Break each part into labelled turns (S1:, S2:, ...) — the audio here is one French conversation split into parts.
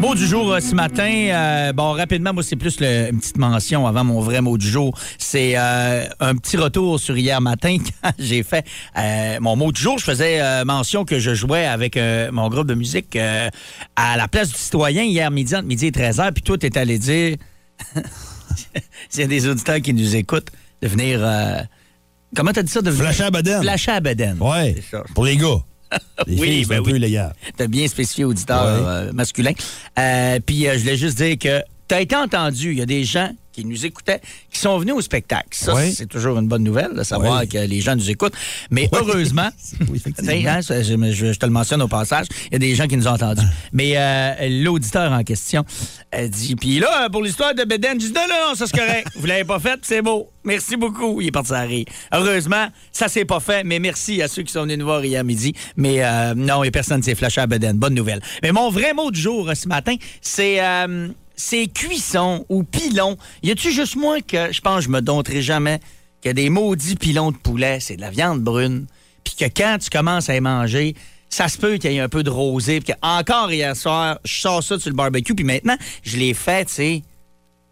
S1: Mot du jour euh, ce matin. euh, bon, rapidement, moi, c'est plus le- une petite mention avant mon vrai mot du jour. C'est euh, un petit retour sur hier matin quand j'ai fait euh, mon mot du jour. Je faisais euh, mention que je jouais avec euh, mon groupe de musique euh, à la place du citoyen hier midi, entre midi et 13h. Puis toi, t'es allé dire, s'il y a des auditeurs qui nous écoutent, de venir... euh, comment t'as dit ça? De venir-
S2: Flasher à Baden.
S1: Flasher à Baden.
S2: Ouais.
S1: C'est ça.
S2: Pour les gars. Les
S1: Oui,
S2: filles, c'est
S1: ben
S2: un peu
S1: oui.
S2: illégal.
S1: T'as bien spécifié auditeur
S2: Ouais.
S1: euh, masculin. Euh, Puis euh, je voulais juste dire que t'as été entendu. Il y a des gens qui nous écoutaient, qui sont venus au spectacle. Ça,
S2: Ouais.
S1: c'est toujours une bonne nouvelle, de savoir
S2: Ouais.
S1: que les gens nous écoutent. Mais heureusement,
S2: Oui, effectivement.
S1: T'sais, hein, ça, je, je- je te le mentionne au passage, il y a des gens qui nous ont entendus. Mais euh, l'auditeur en question euh, dit, puis là, pour l'histoire de Beden, je dis, non, non, non, ça c'est correct, vous l'avez pas fait, c'est beau, merci beaucoup, il est parti à rire. Heureusement, ça s'est pas fait, mais merci à ceux qui sont venus nous voir hier midi. Mais euh, non, il y a personne qui s'est flashé à Beden, bonne nouvelle. Mais mon vrai mot du jour euh, ce matin, c'est... euh, c'est cuisson ou pilon. Y a-tu juste moi que je pense que je me dompterai jamais que des maudits pilons de poulet, c'est de la viande brune puis que quand tu commences à les manger, ça se peut qu'il y ait un peu de rosé, puis que encore hier soir, je sors ça sur le barbecue, puis maintenant, je l'ai fait, tu sais,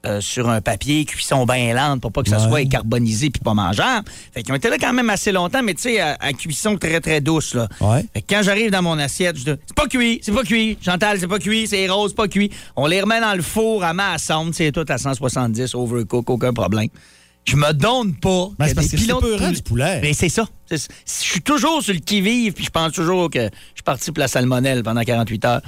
S1: euh, sur un papier cuisson bien lente pour pas que ça
S2: Ouais.
S1: soit carbonisé puis pas mangeable. Fait qu'on était là quand même assez longtemps, mais tu sais, à, à cuisson très, très douce, là.
S2: Ouais.
S1: Fait que quand j'arrive dans mon assiette, je dis « C'est pas cuit, c'est pas cuit, Chantal, c'est pas cuit, c'est rose, c'est pas cuit. » On les remet dans le four à ma assemble, c'est tout à 170, overcook, aucun problème. Je me donne pas. Il y
S2: Ben,
S1: a
S2: c'est parce
S1: des
S2: que c'est
S1: pilons de
S2: peurant,
S1: poulet.
S2: du poulet.
S1: Mais c'est ça. C'est ça. Je suis toujours sur le qui-vive, puis je pense toujours que je suis parti pour la salmonelle pendant 48 heures.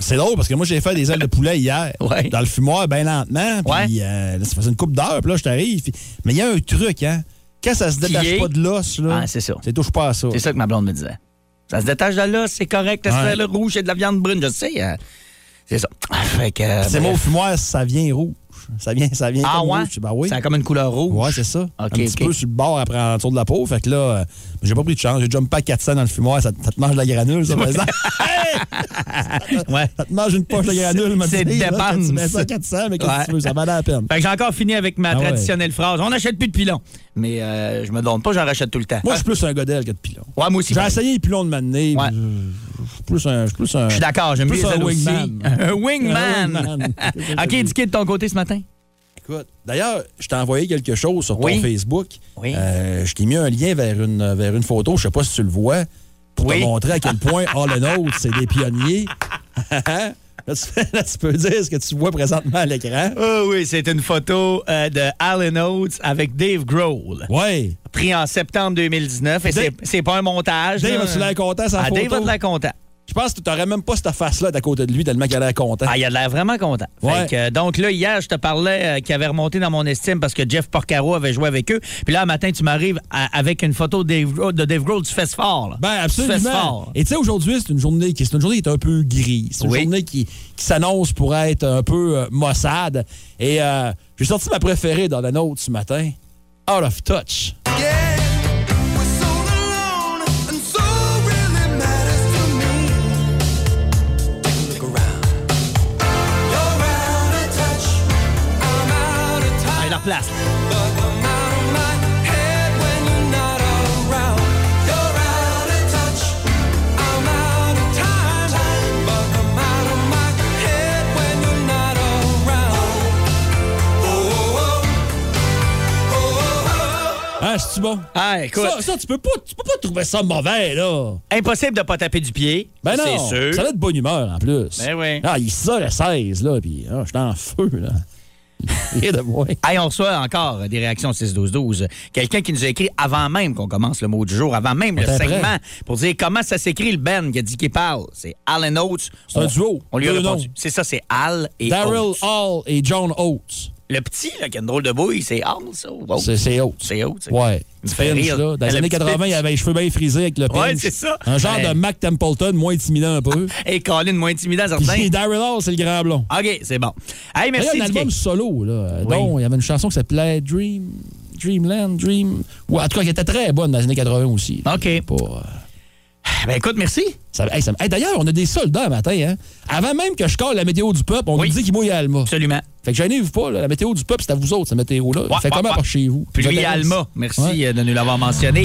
S2: C'est drôle parce que moi, j'ai fait des ailes de poulet hier.
S1: Ouais.
S2: Dans le fumoir, bien lentement. Puis
S1: Ouais.
S2: euh, là, ça faisait une coupe d'heure. Puis là, je t'arrive. puis- Mais il y a un truc, hein. Quand ça se détache
S1: est-
S2: pas de l'os, là.
S1: Ah, c'est ça.
S2: Tu touches pas à ça.
S1: C'est ça que ma blonde me disait. Ça se détache de là, c'est correct,
S2: Ouais.
S1: c'est le rouge et de la viande brune, je sais. hein. C'est ça. Ah, Fait que, euh,
S2: C'est
S1: bref.
S2: moi, au fumoir, ça vient rouge. Ça vient, ça vient
S1: Ah
S2: comme
S1: ouais?
S2: rouge. Ben oui.
S1: Ça a comme une couleur rouge.
S2: Ouais, c'est ça. un
S1: OK,
S2: petit
S1: OK.
S2: peu sur le bord après en dessous de la peau. Fait que là, euh, j'ai pas pris de chance. J'ai déjà me pas 400 dans le fumoir. Ça, ça te mange de la granule, ça, par exemple.
S1: Ouais.
S2: Ça te mange une poche de granule, m'a dit.
S1: C'est de
S2: là, quand Tu mets
S1: dépense.
S2: ça 400, mais qu'est-ce que
S1: Ouais.
S2: tu veux? Ça valait la peine.
S1: Fait que j'ai encore fini avec ma
S2: Ah ouais.
S1: traditionnelle phrase. On n'achète plus de pilons. Mais euh, je me donne pas, j'en rachète tout le temps.
S2: Moi, je suis plus un godel que de pilon.
S1: Ouais, moi aussi.
S2: J'ai essayé les pilons de m'amener.
S1: Ouais.
S2: puis, euh, Je suis plus un. Je suis plus un-
S1: Je suis d'accord, j'aime
S2: Plus
S1: bien
S2: un
S1: les ailes aussi.
S2: wingman.
S1: Un wingman.
S2: Un wingman.
S1: OK, Dicky, de ton côté ce matin?
S2: Écoute, D'ailleurs, je t'ai envoyé quelque chose sur ton
S1: Oui.
S2: Facebook.
S1: Oui.
S2: Euh, je t'ai mis un lien vers une, vers une photo. Je sais pas si tu le vois. Pour
S1: Oui.
S2: te montrer à quel point All and Oates, c'est des pionniers. là, tu, là, tu peux dire ce que tu vois présentement à l'écran.
S1: Oh oui, c'est une photo euh, de Alan Oates avec Dave Grohl,
S2: Oui.
S1: pris en septembre 2019. Et
S2: Dave-
S1: c'est, c'est pas un montage.
S2: Dave,
S1: là.
S2: as-tu l'air content, sa
S1: ah, Dave
S2: photo?
S1: a de l'air content.
S2: Je pense que tu n'aurais même pas cette face-là d'à côté de lui tellement qu'il a l'air content.
S1: Ah, il a de l'air vraiment content. Fait
S2: Ouais.
S1: que, euh, donc là, hier, je te parlais euh, qu'il avait remonté dans mon estime parce que Jeff Porcaro avait joué avec eux. Puis là, un matin, tu m'arrives à- avec une photo de Dave, Grohl- de Dave Grohl, tu fesses fort. là.
S2: Ben
S1: Tu fesses
S2: absolument.
S1: fort.
S2: Et tu sais, aujourd'hui, c'est une journée qui, c'est une journée qui est un peu grise. C'est une
S1: Oui.
S2: journée qui, qui s'annonce pour être un peu euh, maussade. Et euh, j'ai sorti ma préférée dans la note ce matin. Out of touch.
S1: Ah, il leur place.
S3: Oh, Oh,
S2: Ah, c'est-tu bon?
S1: Ah, écoute,
S2: Ça, ça, tu peux pas, tu peux pas trouver ça mauvais, là.
S1: impossible de pas taper du pied.
S2: Ben non.
S1: C'est sûr.
S2: Ça a de bonne humeur, en plus.
S1: Ben oui.
S2: Ah, il sort le 16, là, puis ah, je suis en feu, là.
S4: Rien de moins.
S1: Hey, on reçoit encore euh, des réactions 6-12-12. Quelqu'un qui nous a écrit avant même qu'on commence le mot du jour, avant même le
S4: était prêt.
S1: segment, pour dire comment ça s'écrit le Ben qui a dit qu'il parle. C'est Allen Oates.
S4: C'est un
S1: On-
S4: duo.
S1: On lui a
S4: Deux
S1: répondu.
S4: noms.
S1: C'est ça, c'est Al et
S4: Daryl
S1: Oates.
S4: Hall et John Oates.
S1: Le petit, là, qui a une drôle de bouille, c'est Al, ça. ou Oates.
S4: C'est- C'est Oates.
S1: C'est Oates.
S4: Ouais.
S1: Il me
S4: Du
S1: fait
S4: pinch,
S1: rire.
S4: là. Dans les
S1: Le
S4: années
S1: petit
S4: 80,
S1: pinch.
S4: il avait les cheveux bien frisés avec le pinch.
S1: Ouais, c'est ça.
S4: Un genre
S1: Ouais. Ben.
S4: de Mac Templeton moins intimidant un peu.
S1: Et Colin, moins intimidant, certain.
S4: Puis Daryl Hall, c'est le grand blond.
S1: OK, c'est bon.
S4: Il
S1: Hey,
S4: y
S1: merci,
S4: a un
S1: Didier.
S4: album solo, là. dont il y avait une chanson qui s'appelait Dream, Dreamland, Dream. Ou en tout cas, qui était très bonne dans les années 80 aussi. là.
S1: OK.
S4: Pour, euh,
S1: Ben écoute, merci.
S4: ça- hey, ça- hey, D'ailleurs, on a des soldats le matin. Hein? Avant même que je colle la météo du peuple, on
S1: Oui.
S4: nous dit qu'il mouille à Alma.
S1: Absolument.
S4: Fait que gênez-vous pas, là, la météo du peuple, c'est à vous autres, cette météo-là.
S1: Ouais,
S4: fait
S1: ouais,
S4: comment
S1: ouais.
S4: par chez vous?
S1: Puis lui,
S4: Vous intéresse?
S1: Alma, merci
S4: Ouais.
S1: euh, de nous l'avoir mentionné.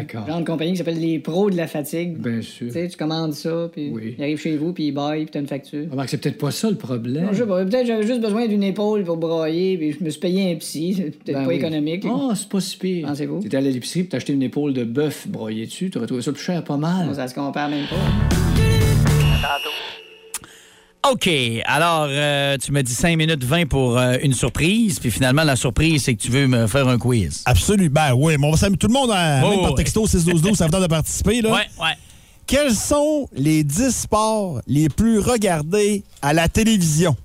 S5: D'accord.
S6: Genre de compagnie qui s'appelle les pros de la fatigue.
S5: Bien
S6: Tu
S5: sûr.
S6: sais, tu commandes ça, puis
S5: Oui. Ah.
S6: il arrive chez vous, puis il baille, puis t'as une facture.
S5: Remarque, ben, c'est peut-être pas ça le problème.
S6: Non, je sais pas, peut-être j'avais juste besoin d'une épaule pour broyer, puis je me suis payé un psy, c'est peut-être
S5: Ben
S6: pas
S5: oui.
S6: économique.
S5: Oh, c'est pas si pire.
S6: Pensez-vous?
S5: T'étais allé à l'épicerie pour t'acheter une épaule de bœuf broyée dessus. T'aurais trouvé ça plus cher, pas mal.
S6: Ça se compare même pas.
S1: OK. Alors, euh, tu me dis 5 minutes 20 pour euh, une surprise. Puis finalement, la surprise, c'est que tu veux me faire un quiz.
S2: Absolument. Ben oui, mais on va s'amuser tout le monde à,
S1: Oh,
S2: même par
S1: ouais.
S2: texto 612 ça vous tente de participer. Là.
S1: Ouais, ouais.
S2: Quels sont les 10 sports les plus regardés à la télévision?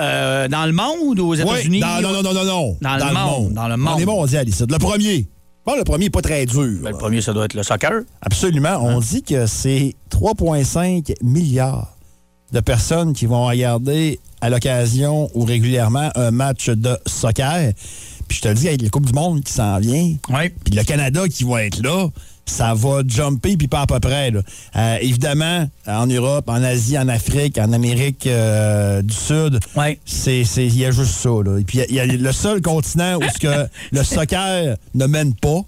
S1: Euh, dans le monde ou aux États-Unis?
S2: Oui, dans- non, non, non, non, non.
S1: Dans le monde, dans le monde.
S2: On est mondial ici. Le premier. Bon, le premier est pas très dur.
S1: Ben, Hein? le premier, ça doit être le soccer.
S2: Absolument. On dit que c'est 3,5 milliards de personnes qui vont regarder à l'occasion ou régulièrement un match de soccer. Puis je te le dis, avec la Coupe du Monde qui s'en vient,
S1: Oui.
S2: puis le Canada qui va être là, ça va jumper, puis pas à peu près. là. Euh, évidemment, en Europe, en Asie, en Afrique, en Amérique euh, du Sud,
S1: Ouais.
S2: c'est c'est- il y a juste ça. là. Et puis il y a- il y, a le seul continent où ce que le soccer ne mène pas,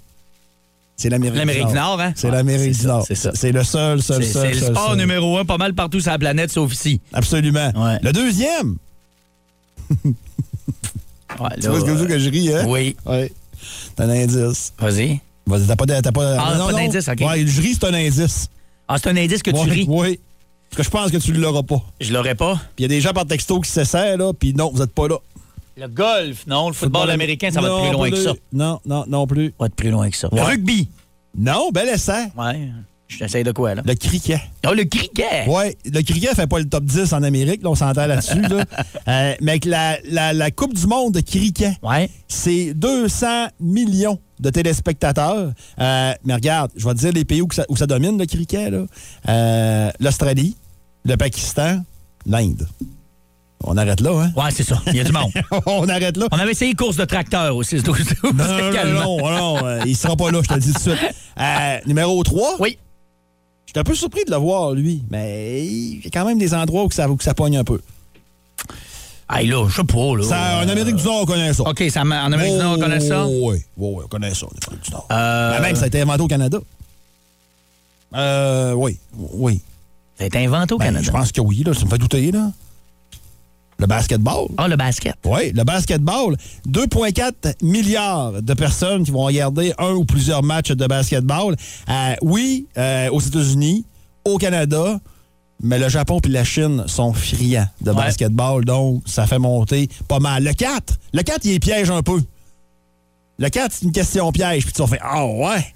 S2: c'est l'Amérique du
S1: L'Amérique
S2: Nord.
S1: du Nord, hein?
S2: C'est
S1: Ouais,
S2: l'Amérique
S1: c'est
S2: du
S1: ça,
S2: Nord.
S1: c'est ça.
S2: C'est le seul, seul,
S1: C'est
S2: seul.
S1: c'est le
S2: seul,
S1: sport
S2: seul.
S1: numéro un pas mal partout sur la planète, sauf ici.
S2: Absolument.
S1: Ouais.
S2: Le deuxième.
S1: Ouais, euh,
S2: Tu vois ce que je veux que je ris, hein?
S1: Oui.
S2: Ouais. T'as un indice.
S1: Vas-y.
S2: Vas-y, T'as pas, de- t'as pas,
S1: Ah, pas d'indice, OK.
S2: Ouais, je ris, c'est un indice.
S1: Ah, c'est un indice que tu
S2: Ouais,
S1: ris.
S2: Oui. Parce que je pense que tu ne l'auras pas.
S1: Je l'aurais pas.
S2: Puis il y a des gens par texto qui s'essaient, là, puis non, vous n'êtes pas là.
S1: Le golf, non. Le football américain, ça va être
S2: Non,
S1: plus loin
S2: pas
S1: que
S2: de-
S1: ça.
S2: Non, non, non plus.
S1: va être plus loin que ça. Le
S2: Ouais.
S1: rugby.
S2: Non, bel essai.
S1: Ouais. Je t'essaye de quoi, là?
S2: Le cricket.
S1: Oh, le cricket.
S2: Oui, le cricket fait pas le top 10 en Amérique, là, on s'entend là-dessus. là. Euh, mais que la, la- la Coupe du monde de cricket,
S1: Ouais.
S2: c'est 200 millions de téléspectateurs. Euh, mais regarde, je vais te dire les pays où, que ça, où ça domine le cricket. là. Euh, L'Australie, le Pakistan, l'Inde. On arrête là, hein?
S1: Ouais, c'est ça. Il y a du monde.
S2: on arrête là.
S1: On avait essayé course de tracteur aussi, c'est
S2: Non, non, non, non, non, euh, il sera pas là, je te le dis tout de suite. Euh, numéro 3.
S1: Oui.
S2: J'étais un peu surpris de le voir, lui, mais il y a quand même des endroits où que ça, où que ça pogne un peu.
S1: Hey, là, je sais pas, là.
S2: Ça, en Amérique du Nord, on connaît ça.
S1: OK, ça, m'a- en Amérique du Nord, on connaît ça.
S2: Oui, oui, oui, on connaît ça, l'Amérique du Nord.
S1: Euh,
S2: Ben, même, ça a été inventé au Canada. Euh, oui, oui.
S1: Ça a été inventé au
S2: Ben,
S1: Canada.
S2: je pense que oui, là, ça me fait douter, là. Le basketball.
S1: Ah, le basket.
S2: Oui, le basketball. 2,4 milliards de personnes qui vont regarder un ou plusieurs matchs de basketball. Euh, oui, euh, aux États-Unis, au Canada, mais le Japon puis la Chine sont friands de
S1: Ouais.
S2: basketball, donc ça fait monter pas mal. Le 4, le 4, il est piège un peu. Le 4, c'est une question piège, puis tu vas faire Ah ouais!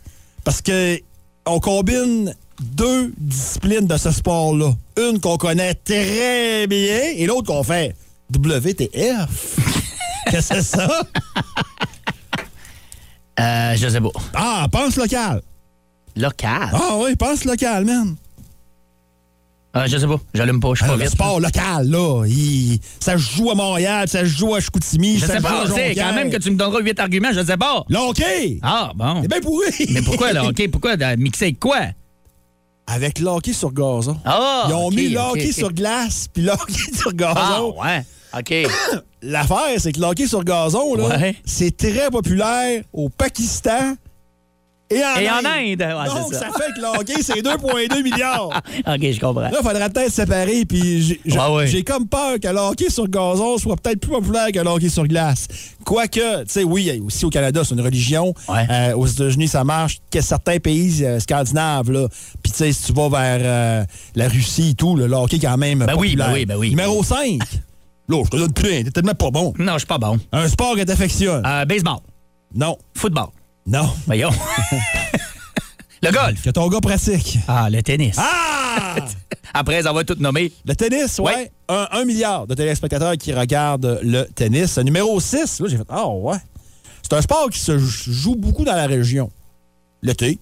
S2: Parce que on combine deux disciplines de ce sport-là. Une qu'on connaît très bien et l'autre qu'on fait WTF. Qu'est-ce que c'est ça?
S1: Euh, je sais pas.
S2: Ah, pense local.
S1: Local.
S2: Ah oui, pense local, man.
S1: Euh, je sais pas. J'allume pas. Je suis
S2: Ah,
S1: pas
S2: le
S1: vite. hein.
S2: sport local, là, il- ça se joue à Montréal, ça se joue à Chicoutimi,
S1: Je
S2: ça
S1: sais
S2: se joue
S1: pas.
S2: à
S1: C'est quand
S2: Jonquière.
S1: même que tu me donneras huit arguments. Je sais pas.
S2: Le hockey!
S1: Ah, bon.
S2: Eh ben- C'est bien pourri!
S1: Mais pourquoi, là? OK, pourquoi? euh, Mixer avec quoi?
S2: Avec l'hockey sur gazon.
S1: Ah,
S2: Ils ont
S1: ok,
S2: mis l'hockey
S1: ok, ok.
S2: sur glace, puis l'hockey sur gazon.
S1: Ah, ouais. OK.
S2: L'affaire, c'est que l'hockey sur gazon, là,
S1: Ouais.
S2: c'est très populaire au Pakistan et en
S1: Et en Inde.
S2: Inde.
S1: Ouais,
S2: Donc,
S1: c'est
S2: ça.
S1: ça.
S2: fait que le hockey, c'est 2,2 milliards.
S1: OK, je comprends.
S2: Là, il faudrait peut-être séparer, puis j'ai- j'ai
S1: Ah ouais.
S2: j'ai comme peur que le hockey sur gazon soit peut-être plus populaire que le hockey sur glace. Quoique, tu sais, oui, aussi au Canada, c'est une religion.
S1: Ouais.
S2: Euh, aux États-Unis, ça marche que certains pays euh, scandinaves, là. Puis, tu sais, si tu vas vers euh, la Russie et tout, là, le hockey quand même
S1: Ben oui,
S2: populaire.
S1: ben oui, ben oui.
S2: Numéro 5. Là, je te donne plein, t'es tellement pas bon.
S1: Non, je suis pas bon.
S2: Un sport que t'affectionnes.
S1: Euh, baseball,
S2: Non,
S1: football.
S2: non.
S1: Voyons. le golf.
S2: Que ton gars pratique.
S1: Ah, le tennis.
S2: Ah!
S1: Après avoir tout nommé.
S2: Le tennis, ouais.
S1: Ouais.
S2: Un, un milliard de téléspectateurs qui regardent le tennis. Numéro 6, là, j'ai fait Ah, ouais. C'est un sport qui se jou- joue beaucoup dans la région. L'été.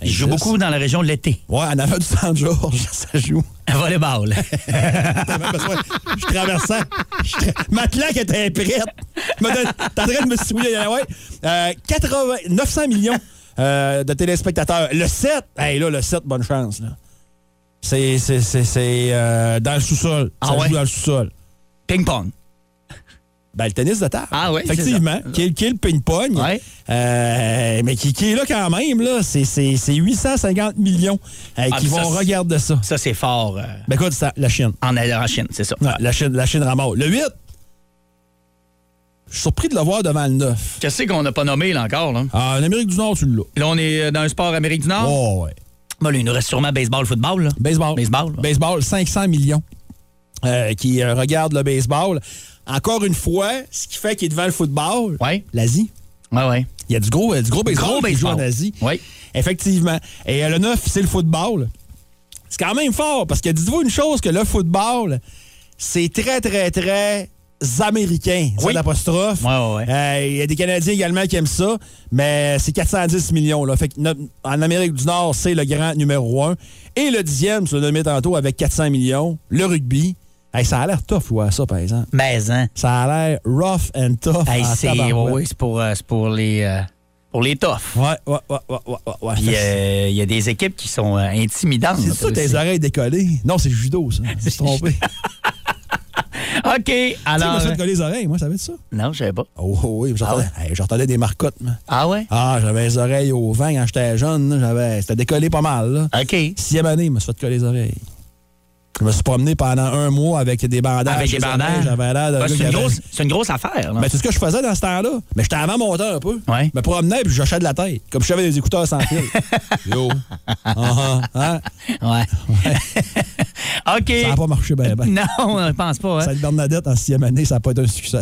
S1: Il joue
S2: Indice.
S1: beaucoup dans la région de l'été.
S2: Ouais, en avant du Saint-Georges, ça joue.
S1: Volleyball.
S2: Parce que, ouais, Je suis traversant. Je suis tra- Ma claque était prête. Je me donne- T'es en train de me souiller. Ouais. Euh, 80 900 millions euh, de téléspectateurs. Le 7, hey, là, le 7, bonne chance. Là. C'est, c'est, c'est, c'est, euh, dans le sous-sol.
S1: Ah
S2: ça
S1: ouais?
S2: joue dans le sous-sol.
S1: Ping-pong.
S2: Ben, le tennis de table.
S1: Ah oui, c'est
S2: Effectivement.
S1: ça.
S2: Qui est, qui est le ping-pong.
S1: Ouais.
S2: Euh, mais qui, qui est là quand même, là. C'est, c'est, c'est 850 millions euh,
S1: Ah,
S2: qui
S1: mais ça,
S2: vont
S1: c'est-
S2: regarder ça.
S1: Ça, c'est fort euh,
S2: Ben, écoute, ça, la Chine.
S1: en, en Chine, c'est ça.
S2: Ouais, la Chine, la Chine ramasse. Le 8. Je suis surpris de le voir devant le 9.
S1: Qu'est-ce qu'on n'a pas nommé, là, encore, là?
S2: Ah, en Amérique du Nord, tu l'as.
S1: Là, on est euh, dans un sport Amérique du Nord.
S2: Oh, ouais.
S1: Bon, là, il nous reste sûrement baseball, football, là.
S2: Baseball.
S1: Baseball, ouais.
S2: Baseball, 500 millions euh, qui euh, regardent le baseball. Encore une fois, ce qui fait qu'il est devant le football,
S1: Ouais.
S2: l'Asie.
S1: Ouais, ouais.
S2: Il y a du gros, euh, du gros baseball,
S1: Gros
S2: qui joue en
S1: baseball.
S2: Asie.
S1: Oui.
S2: Effectivement. Et euh, le 9, c'est le football. C'est quand même fort parce que dites-vous une chose que le football, c'est très, très, très américain. C'est
S1: Oui.
S2: l'apostrophe.
S1: Ouais, ouais, ouais.
S2: Euh, Il y a des Canadiens également qui aiment ça, mais c'est 410 millions. Là. Fait que notre- en Amérique du Nord, c'est le grand numéro un. Et le dixième, tu l'as nommé tantôt, avec 400 millions, le rugby. Hey, ça a l'air tough, ouais, ça, par exemple.
S1: Mais, hein.
S2: Ça a l'air rough and tough.
S1: Hey,
S2: en
S1: c'est ouais,
S2: Ah, tabarouette.
S1: ouais, c'est pour, euh, c'est pour les. euh, pour les toughs.
S2: Ouais, ouais, ouais, ouais, ouais, ouais.
S1: Puis,
S2: Fait
S1: euh,
S2: que
S1: il y a des équipes qui sont euh, intimidantes.
S2: C'est
S1: là,
S2: ça, tes
S1: aussi.
S2: oreilles décollées. Non, c'est judo, ça. Je me suis trompé.
S1: OK,
S2: Tu sais,
S1: alors. euh,
S2: me suis décollé les oreilles, moi, ça va être ça.
S1: Non, je savais pas.
S2: Oh, oh, oui, j'entendais hey, j'entendais des marcottes, moi.
S1: Ah ouais?
S2: Ah, j'avais les oreilles au vent quand j'étais jeune. là, J'avais, C'était décollé pas mal, là.
S1: OK.
S2: Sixième année, je me suis fait coller les oreilles. Je me suis promené pendant un mois avec des bandages.
S1: Avec des
S2: sur les oreilles.
S1: bandages.
S2: Ah, J'avais l'air de.
S1: Ah,
S2: gars qui
S1: c'est, une
S2: avait-
S1: grosse, c'est une grosse affaire. là.
S2: Ben, c'est ce que je faisais dans ce temps-là. Mais j'étais avant mon temps un peu.
S1: Ouais.
S2: Je me promenais puis j'achète de la tête. Comme si j'avais des écouteurs sans fil. Yo. Ah, ah, hein?
S1: ouais. OK.
S2: Ça n'a pas marché bien, ben.
S1: Non, on ne pense pas. hein. Euh,
S2: Sainte Bernadette en sixième année, ça n'a pas été un succès.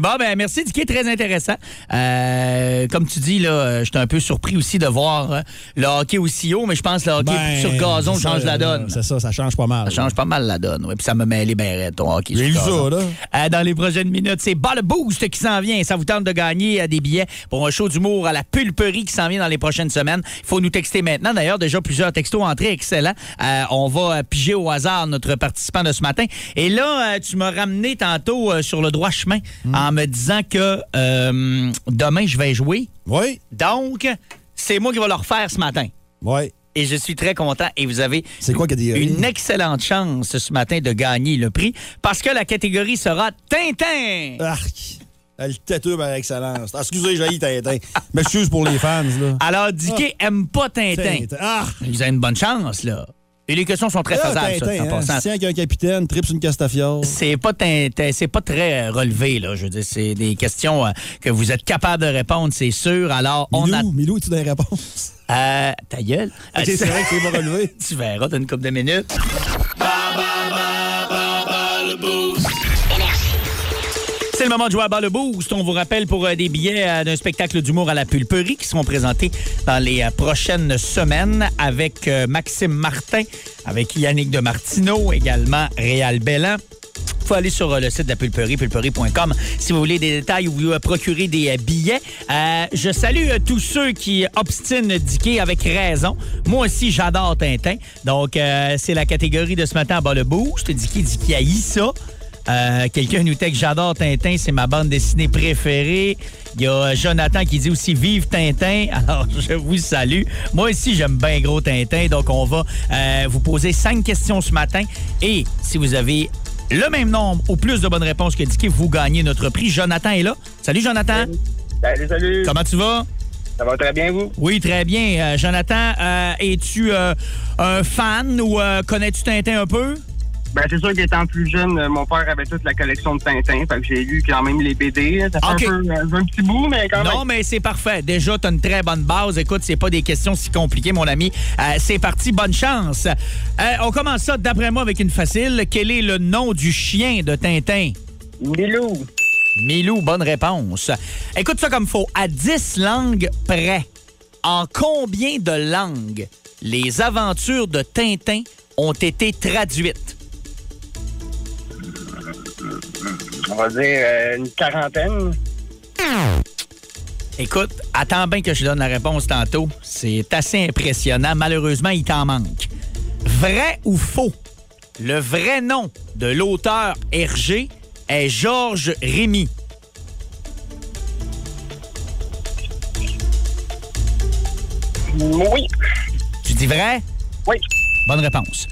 S1: bon, ben merci, Dicky, très intéressant. Euh, comme tu dis, là, euh, j'étais un peu surpris aussi de voir euh, le hockey aussi haut, mais je pense que le hockey
S2: Ben,
S1: sur gazon
S2: c'est ça,
S1: change la
S2: euh,
S1: donne.
S2: C'est ça, ça change pas mal.
S1: Ça change pas mal la donne. Ouais. Puis ça me mêlait bien raide, ton hockey.
S2: J'ai
S1: sur
S2: vu
S1: gazon.
S2: ça,
S1: Euh, dans les prochaines minutes, c'est Ball Boost qui s'en vient. Ça vous tente de gagner euh, des billets pour un show d'humour à la pulperie qui s'en vient dans les prochaines semaines. Il faut nous texter maintenant. D'ailleurs, déjà plusieurs textos entrés. Excellent. Euh, on va euh, piger au hasard notre participant de ce matin. Et là, euh, tu m'as ramené tantôt euh, sur le droit chemin en me disant que euh, demain, je vais jouer.
S2: Oui,
S1: Donc, c'est moi qui vais le refaire ce matin.
S2: oui.
S1: Et je suis très content. Et vous avez
S2: C'est quoi que des
S1: une excellente chance ce matin de gagner le prix parce que la catégorie sera Tintin.
S2: Euh. Arc. Le têteux par excellence. Ah, Excusez, j'ai Tintin. Mais excuse pour les fans, là.
S1: Alors, Dicky aime pas Ah, Tintin.
S2: Ah!
S1: Vous avez une bonne chance, là. Et les questions sont très
S2: Ah,
S1: faisables, ça, en
S2: Tintin,
S1: passant.
S2: hein, Tien avec un capitaine, trips une castafiore.
S1: C'est pas Tintin, c'est pas très euh, relevé, là. Je veux dire, c'est des questions euh, que vous êtes capable de répondre, c'est sûr. Alors, on
S2: Milou,
S1: a.
S2: Milou, tu dans les réponses?
S1: Euh, ta gueule.
S2: Ok, c'est vrai que c'est pas relevé.
S1: tu verras dans une couple de minutes. C'est le moment de jouer à bas le boost. On vous rappelle pour euh, des billets euh, d'un spectacle d'humour à la pulperie qui seront présentés dans les euh, prochaines semaines avec euh, Maxime Martin, avec Yannick de Martineau, également Réal Bellan. Il faut aller sur euh, le site de la pulperie, pulperie.com, si vous voulez des détails ou vous euh, procurer des euh, billets. Euh, je salue euh, tous ceux qui obstinent Dicky avec raison. Moi aussi, j'adore Tintin. Donc, euh, c'est la catégorie de ce matin à bas le boost. Dicky dit qu'il haït ça. Euh, Quelqu'un nous texte J'adore Tintin, c'est ma bande dessinée préférée. Il y a Jonathan qui dit aussi Vive Tintin. Alors, je vous salue. Moi aussi, j'aime bien gros Tintin. Donc, on va euh, vous poser cinq questions ce matin. Et si vous avez le même nombre ou plus de bonnes réponses que Dicky, vous gagnez notre prix. Jonathan est là. Salut, Jonathan.
S7: Salut, salut.
S1: Comment tu vas?
S7: Ça va très bien, vous?
S1: Oui, très bien. Euh, Jonathan, euh, es-tu euh, un fan ou euh, connais-tu Tintin un peu?
S7: Ben, c'est sûr qu'étant plus jeune, euh, mon père avait toute la collection de Tintin. Fait que j'ai lu quand même les BD. là. Ça fait
S1: Ok.
S7: un peu euh, un petit bout, mais quand
S1: Non,
S7: même.
S1: mais c'est parfait. Déjà, tu as une très bonne base. Écoute, c'est pas des questions si compliquées, mon ami. Euh, c'est parti, bonne chance. Euh, on commence ça, d'après moi, avec une facile. Quel est le nom du chien de Tintin?
S7: Milou.
S1: Milou, bonne réponse. Écoute ça comme faux. À 10 langues près, en combien de langues les aventures de Tintin ont été traduites?
S7: On va dire euh, une quarantaine.
S1: Écoute, attends bien que je donne la réponse tantôt. C'est assez impressionnant. Malheureusement, il t'en manque. Vrai ou faux? Le vrai nom de l'auteur Hergé est Georges Rémy.
S7: Oui.
S1: Tu dis vrai?
S7: Oui.
S1: Bonne réponse.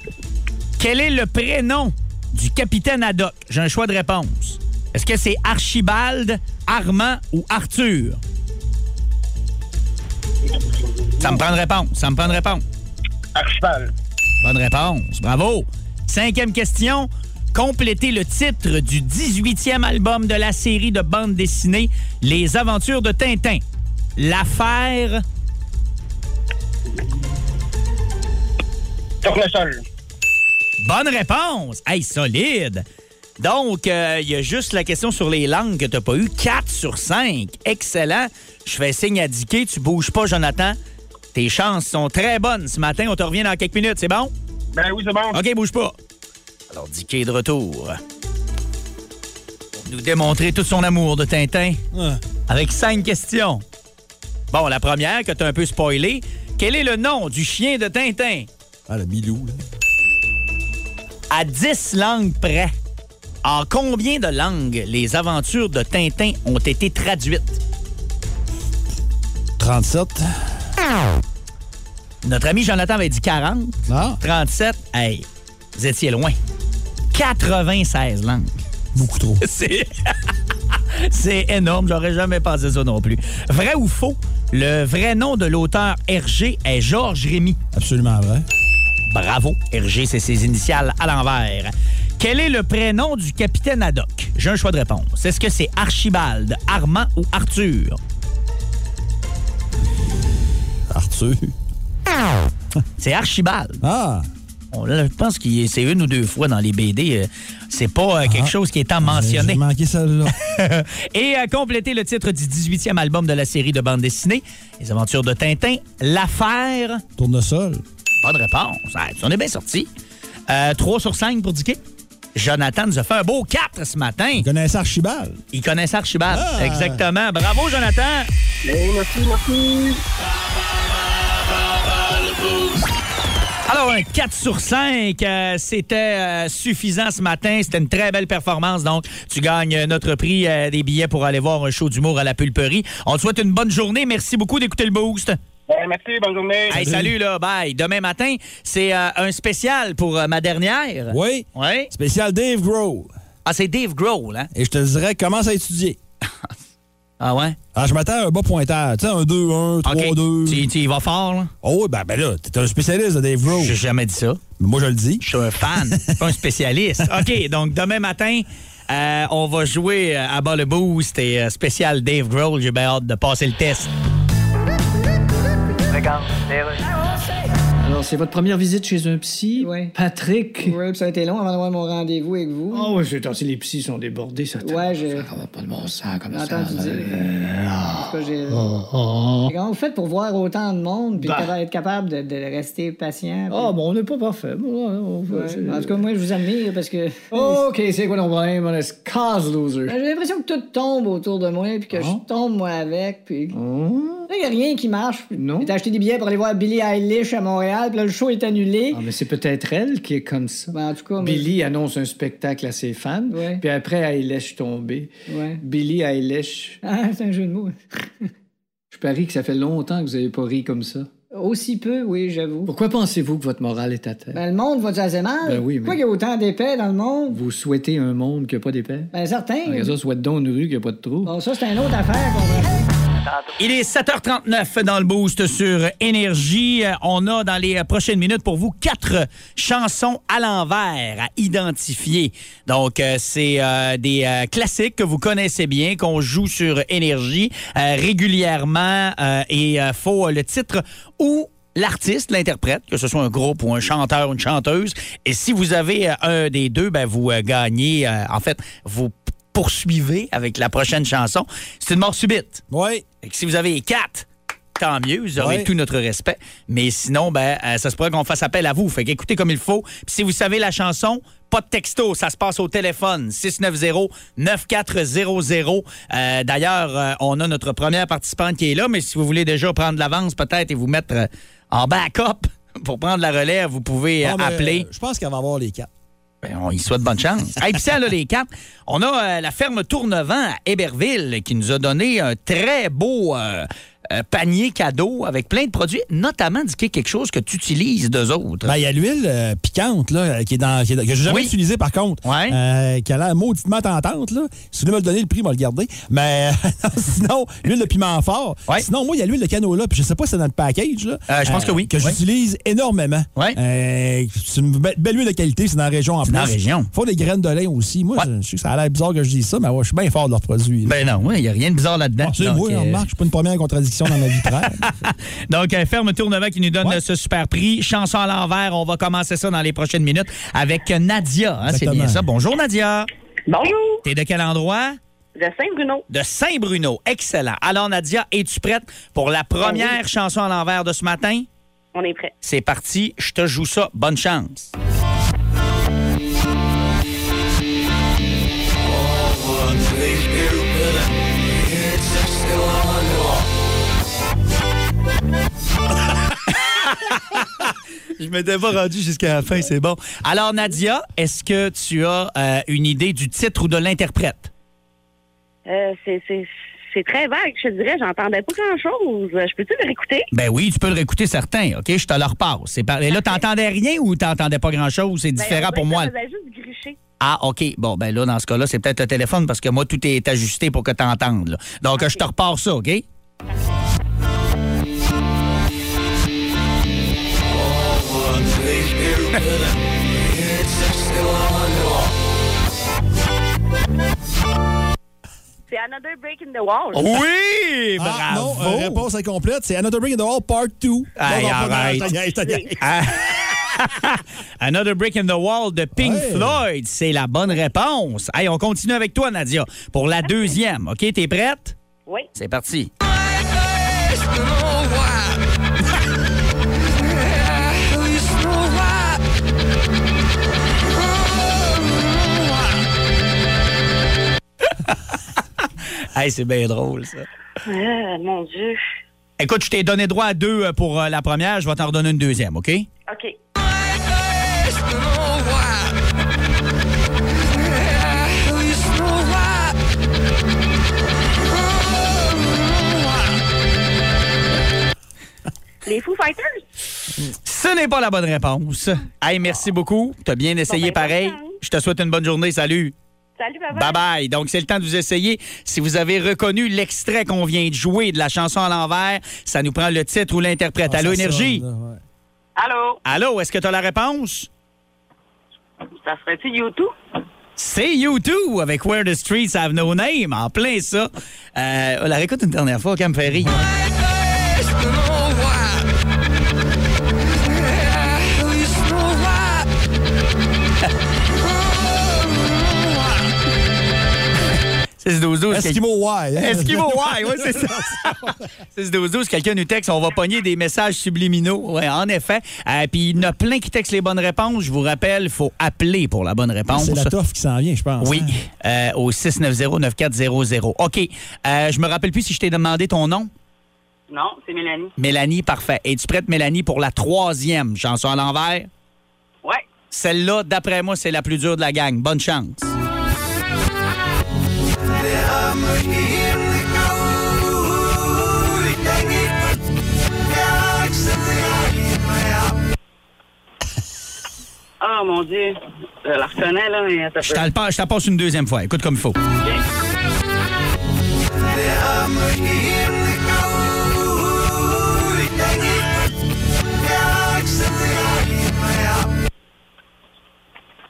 S1: Quel est le prénom du capitaine Haddock? J'ai un choix de réponse. Est-ce que c'est Archibald, Armand ou Arthur? Ça me prend une réponse. Ça me prend une réponse.
S7: Archibald.
S1: Bonne réponse. Bravo. Cinquième question. Complétez le titre du 18e album de la série de bande dessinée Les Aventures de Tintin. L'affaire.
S7: Tournesol.
S1: Bonne réponse. Hey, solide. Donc, euh, il y a juste la question sur les langues que tu pas eu. 4 sur 5. Excellent. Je fais signe à Dicky. Tu bouges pas, Jonathan. Tes chances sont très bonnes ce matin. On te revient dans quelques minutes. C'est bon?
S7: Ben oui, c'est bon.
S1: OK, bouge pas. Alors, Dicky est de retour. Pour nous démontrer tout son amour de Tintin avec cinq questions. Bon, la première que tu as un peu spoilée. Quel est le nom du chien de Tintin?
S2: Ah, le Milou, là.
S1: À 10 langues près, en combien de langues les aventures de Tintin ont été traduites?
S2: 37.
S1: Notre ami Jonathan avait dit 40,
S2: Ah,
S1: 37. Hey, vous étiez loin. 96 langues.
S2: beaucoup trop.
S1: C'est... C'est énorme, j'aurais jamais pensé ça non plus. Vrai ou faux, le vrai nom de l'auteur Hergé est Georges Rémy.
S2: Absolument vrai.
S1: Bravo, Hergé, c'est ses initiales à l'envers. Quel est le prénom du capitaine Haddock? J'ai un choix de réponse. Est-ce que c'est Archibald, Armand ou Arthur?
S2: Arthur.
S1: C'est Archibald.
S2: Ah,
S1: On- là, je pense que c'est une ou deux fois dans les BD. euh, C'est pas euh, quelque
S2: Ah.
S1: chose qui est tant
S2: j'ai
S1: mentionné.
S2: manqué celle-là.
S1: Et à compléter le titre du 18e album de la série de bande dessinée, Les aventures de Tintin, L'affaire
S2: Tournesol.
S1: Bonne réponse. Ah, Hey, on est bien sorti. 3 sur 5 pour Dicky. Jonathan nous a fait un beau 4 ce matin.
S2: Vous connaissez Archibald?
S1: Il connaissait Archibald. Exactement. Bravo, Jonathan.
S7: Hey, merci, merci.
S1: Alors, un 4 sur 5, euh, c'était euh, suffisant ce matin. C'était une très belle performance. Donc, tu gagnes euh, notre prix euh, des billets pour aller voir un show d'humour à la pulperie. On te souhaite une bonne journée. Merci beaucoup d'écouter le boost.
S7: Ben, merci, bonne journée.
S1: Hey, salut, là. Bye. Demain matin, c'est euh, un spécial pour euh, ma dernière.
S2: Oui.
S1: Oui.
S2: Spécial Dave Grohl.
S1: Ah, c'est Dave Grohl, hein?
S2: Et je te dirais, commence à étudier.
S1: Ah, ouais?
S2: Ah, je m'attends à un bas pointage. Tu sais, un 2-1, 3-2.
S1: OK. Tu, tu y vas fort, là?
S2: Oh, oui, ben, ben là, t'es un spécialiste de Dave Grohl.
S1: J'ai jamais dit ça.
S2: Mais Moi, je le dis.
S1: Je suis un fan, pas un spécialiste. OK, donc demain matin, euh, on va jouer euh, à bas le boost et euh, spécial Dave Grohl. J'ai bien hâte de passer le test.
S5: Alors, c'est votre première visite chez un psy?
S6: Ouais.
S5: Patrick?
S6: Ouais, puis ça a été long avant d'avoir mon rendez-vous avec vous.
S5: Oh, ouais, c'est si les psys sont débordés, ça.
S6: Ouais, je-
S5: Ça va pas de bon sens comme
S6: J'ai
S5: ça.
S6: entendu dire.
S5: Euh,
S6: En tout cas, j'ai-
S5: oh, oh.
S6: Comment vous faites pour voir autant de monde puis
S5: Bah.
S6: capa- être capable de, de rester patient? puis-
S5: Ah, bon, on n'est pas parfait. Bon, on- on-
S6: Ouais.
S5: c'est-
S6: En tout cas, moi, je vous admire parce que
S5: OK, c'est quoi ton problème? On est cause loser.
S6: Ben, j'ai l'impression que tout tombe autour de moi puis que
S5: Ah.
S6: je tombe moi avec. Puis... Là, il a rien qui marche.
S5: Non.
S6: J'ai acheté des billets pour aller voir Billie Eilish à Montréal puis là, le show est annulé.
S5: Ah, mais c'est peut-être elle qui est comme ça.
S6: Ben, en tout cas, mais-
S5: Billy annonce un spectacle à ses fans,
S6: Ouais.
S5: puis après, Eilish tombée.
S6: Ouais.
S5: Billy Eilish.
S6: Ah, c'est un jeu de mots.
S5: Je parie que ça fait longtemps que vous n'avez pas ri comme ça.
S6: Aussi peu, oui, j'avoue.
S5: Pourquoi pensez-vous que votre morale est à terre?
S6: Ben, le monde va-tu assez mal?
S5: Ben oui, mais-
S6: Pourquoi il y a autant d'épais dans le monde?
S5: Vous souhaitez un monde qui n'a pas d'épais?
S6: Ben, certains.
S5: Ah, Regarde ça, souhaite donc une rue qui n'a pas de trou.
S6: Bon, ça, c'est une autre affaire qu'on va-
S1: Il est 7h39 dans le boost sur Énergie. Euh, On a dans les euh, prochaines minutes pour vous quatre chansons à l'envers à identifier. Donc, euh, c'est euh, des euh, classiques que vous connaissez bien, qu'on joue sur Énergie euh, régulièrement euh, et euh, faut euh, le titre ou l'artiste, l'interprète, que ce soit un groupe ou un chanteur ou une chanteuse. Et si vous avez euh, un des deux, ben, vous euh, gagnez, euh, en fait, vous poursuivez avec la prochaine chanson. C'est une mort subite.
S2: Oui.
S1: Fait que si vous avez les quatre, tant mieux, vous aurez
S2: Ouais.
S1: tout notre respect. Mais sinon, ben, euh, ça se pourrait qu'on fasse appel à vous. Fait qu'écoutez comme il faut. Puis si vous savez la chanson, pas de texto, ça se passe au téléphone 690-9400. Euh, D'ailleurs, euh, on a notre première participante qui est là, mais si vous voulez déjà prendre l'avance peut-être et vous mettre euh, en backup pour prendre la relève, vous pouvez euh,
S2: Ah, mais,
S1: appeler.
S2: euh, Je pense qu'elle va avoir les quatre.
S1: Ben, on y souhaite bonne chance. Et puis ça, là, les quatre, on a euh, la ferme Tournevent à Héberville qui nous a donné un très beau euh, euh, panier cadeau avec plein de produits, notamment indiquer quelque chose que tu utilises d'eux autres.
S2: Ben, il y a l'huile euh, piquante, là, qui est dans, qui est dans- que j'ai jamais
S1: Oui.
S2: utilisée, par contre.
S1: Ouais.
S2: Euh, qui a l'air mauditement tentante, là. Si vous voulez me le donner, le prix, on va le garder. Mais non, sinon, l'huile de piment fort.
S1: Ouais.
S2: Sinon, moi, il y a l'huile de canola, puis je sais pas si c'est dans le package, là.
S1: Euh, je pense que oui.
S2: Que
S1: Ouais.
S2: j'utilise énormément.
S1: Ouais.
S2: Euh, c'est une be- belle huile de qualité, c'est dans la région en
S1: C'est
S2: plus.
S1: dans la région.
S2: Faut des graines de lin aussi. Moi,
S1: Ouais.
S2: je, je sais que ça a l'air bizarre que je dise ça, mais ouais, je suis bien fort de leurs produits. là.
S1: Ben non, il n'y a rien de bizarre là-dedans.
S2: Ah, tu sais,
S1: Donc,
S2: moi,
S1: euh,
S2: remarque, je suis pas une première en contradiction dans ma vie prête.
S1: Donc, euh, Ferme Tournevent qui nous donne
S2: Ouais.
S1: euh, ce super prix. Chanson à l'envers, on va commencer ça dans les prochaines minutes avec euh, Nadia. hein, c'est
S2: Exactement.
S1: bien ça. Bonjour, Nadia.
S3: Bonjour,
S1: T'es de quel endroit?
S3: de Saint-Bruno.
S1: de Saint-Bruno. Excellent. Alors, Nadia, es-tu prête pour la première chanson à l'envers de ce matin?
S3: Ben On est prêts.
S1: C'est parti, je te joue ça. Bonne chance. Je m'étais pas rendu jusqu'à la fin, c'est bon. Alors, Nadia, est-ce que tu as euh, une idée du titre ou de l'interprète?
S3: Euh, c'est- c'est c'est très vague, je te dirais. J'entendais pas grand-chose. Je peux-tu le réécouter?
S1: Ben oui, tu peux le réécouter certain, OK? Je te le repasse. C'est par... Et là, t'entendais rien ou t'entendais pas grand-chose? C'est
S3: Ben,
S1: différent
S3: on dirait
S1: pour
S3: que
S1: moi.
S3: Ça faisait juste gricher.
S1: Ah, OK. Bon, ben là, dans ce cas-là, c'est peut-être le téléphone parce que moi, tout est ajusté pour que t'entendes. là. Donc, je te repars ça, OK?
S3: C'est Another Break in the Wall.
S1: Oui!
S2: Ah, non, euh, réponse incomplète, c'est Another Break in the Wall Part 2.
S1: Aïe,
S2: Non, non, pas-
S1: arrête.
S2: non, je t'ai- je t'ai- je t'ai-
S1: Ah. Another Brick in the Wall de Pink
S2: Ouais.
S1: Floyd, c'est la bonne réponse. Hey, on continue avec toi, Nadia, pour la deuxième. OK, t'es prête?
S3: Oui.
S1: C'est parti. Hey, c'est bien drôle, ça.
S3: Ah, mon Dieu.
S1: Écoute, je t'ai donné droit à deux euh, pour euh, la première. Je vais t'en redonner une deuxième, OK?
S3: OK. Les Foo Fighters?
S1: Ce n'est pas la bonne réponse. Hey, merci beaucoup. T'as bien essayé
S3: ben,
S1: pareil.
S3: bonne chance.
S1: Je te souhaite une bonne journée. Salut.
S3: Salut,
S1: Bye
S3: papa.
S1: bye. Donc, c'est le temps de vous essayer. Si vous avez reconnu l'extrait qu'on vient de jouer de la chanson à l'envers, ça nous prend le titre ou l'interprète. Allô,
S2: Ah, ça
S1: Énergie?
S2: sonne, là, ouais.
S3: Allô?
S1: Allô, est-ce que tu as la réponse?
S3: Ça serait-tu YouTube?
S1: C'est U2 avec Where the Streets Have No Name. En plein ça. Euh, on la réécoute une dernière fois, Cam Ferry. C'est 12-12.
S2: Eskimo Y. hein?
S1: Esquimau, ouais, ouais, c'est ça. 6-12-12, quelqu'un nous texte, on va pogner des messages subliminaux. Ouais, en effet. Euh, Puis il y en a plein qui textent les bonnes réponses. Je vous rappelle, il faut appeler pour la bonne réponse.
S2: C'est la toffe qui s'en vient, je pense.
S1: Oui,
S2: hein?
S1: euh, au 690-9400. OK. Euh, je me rappelle plus si je t'ai demandé ton nom.
S7: Non, c'est Mélanie.
S1: Mélanie, parfait. Es-tu prête, Mélanie, pour la troisième chanson à l'envers?
S7: Ouais.
S1: Celle-là, d'après moi, c'est la plus dure de la gang. Bonne chance.
S7: Ah, mon Dieu. Je la reconnais, là, mais... ça
S1: Je
S7: peut-
S1: t'en passe- je t'en passe une deuxième fois. Écoute comme il faut.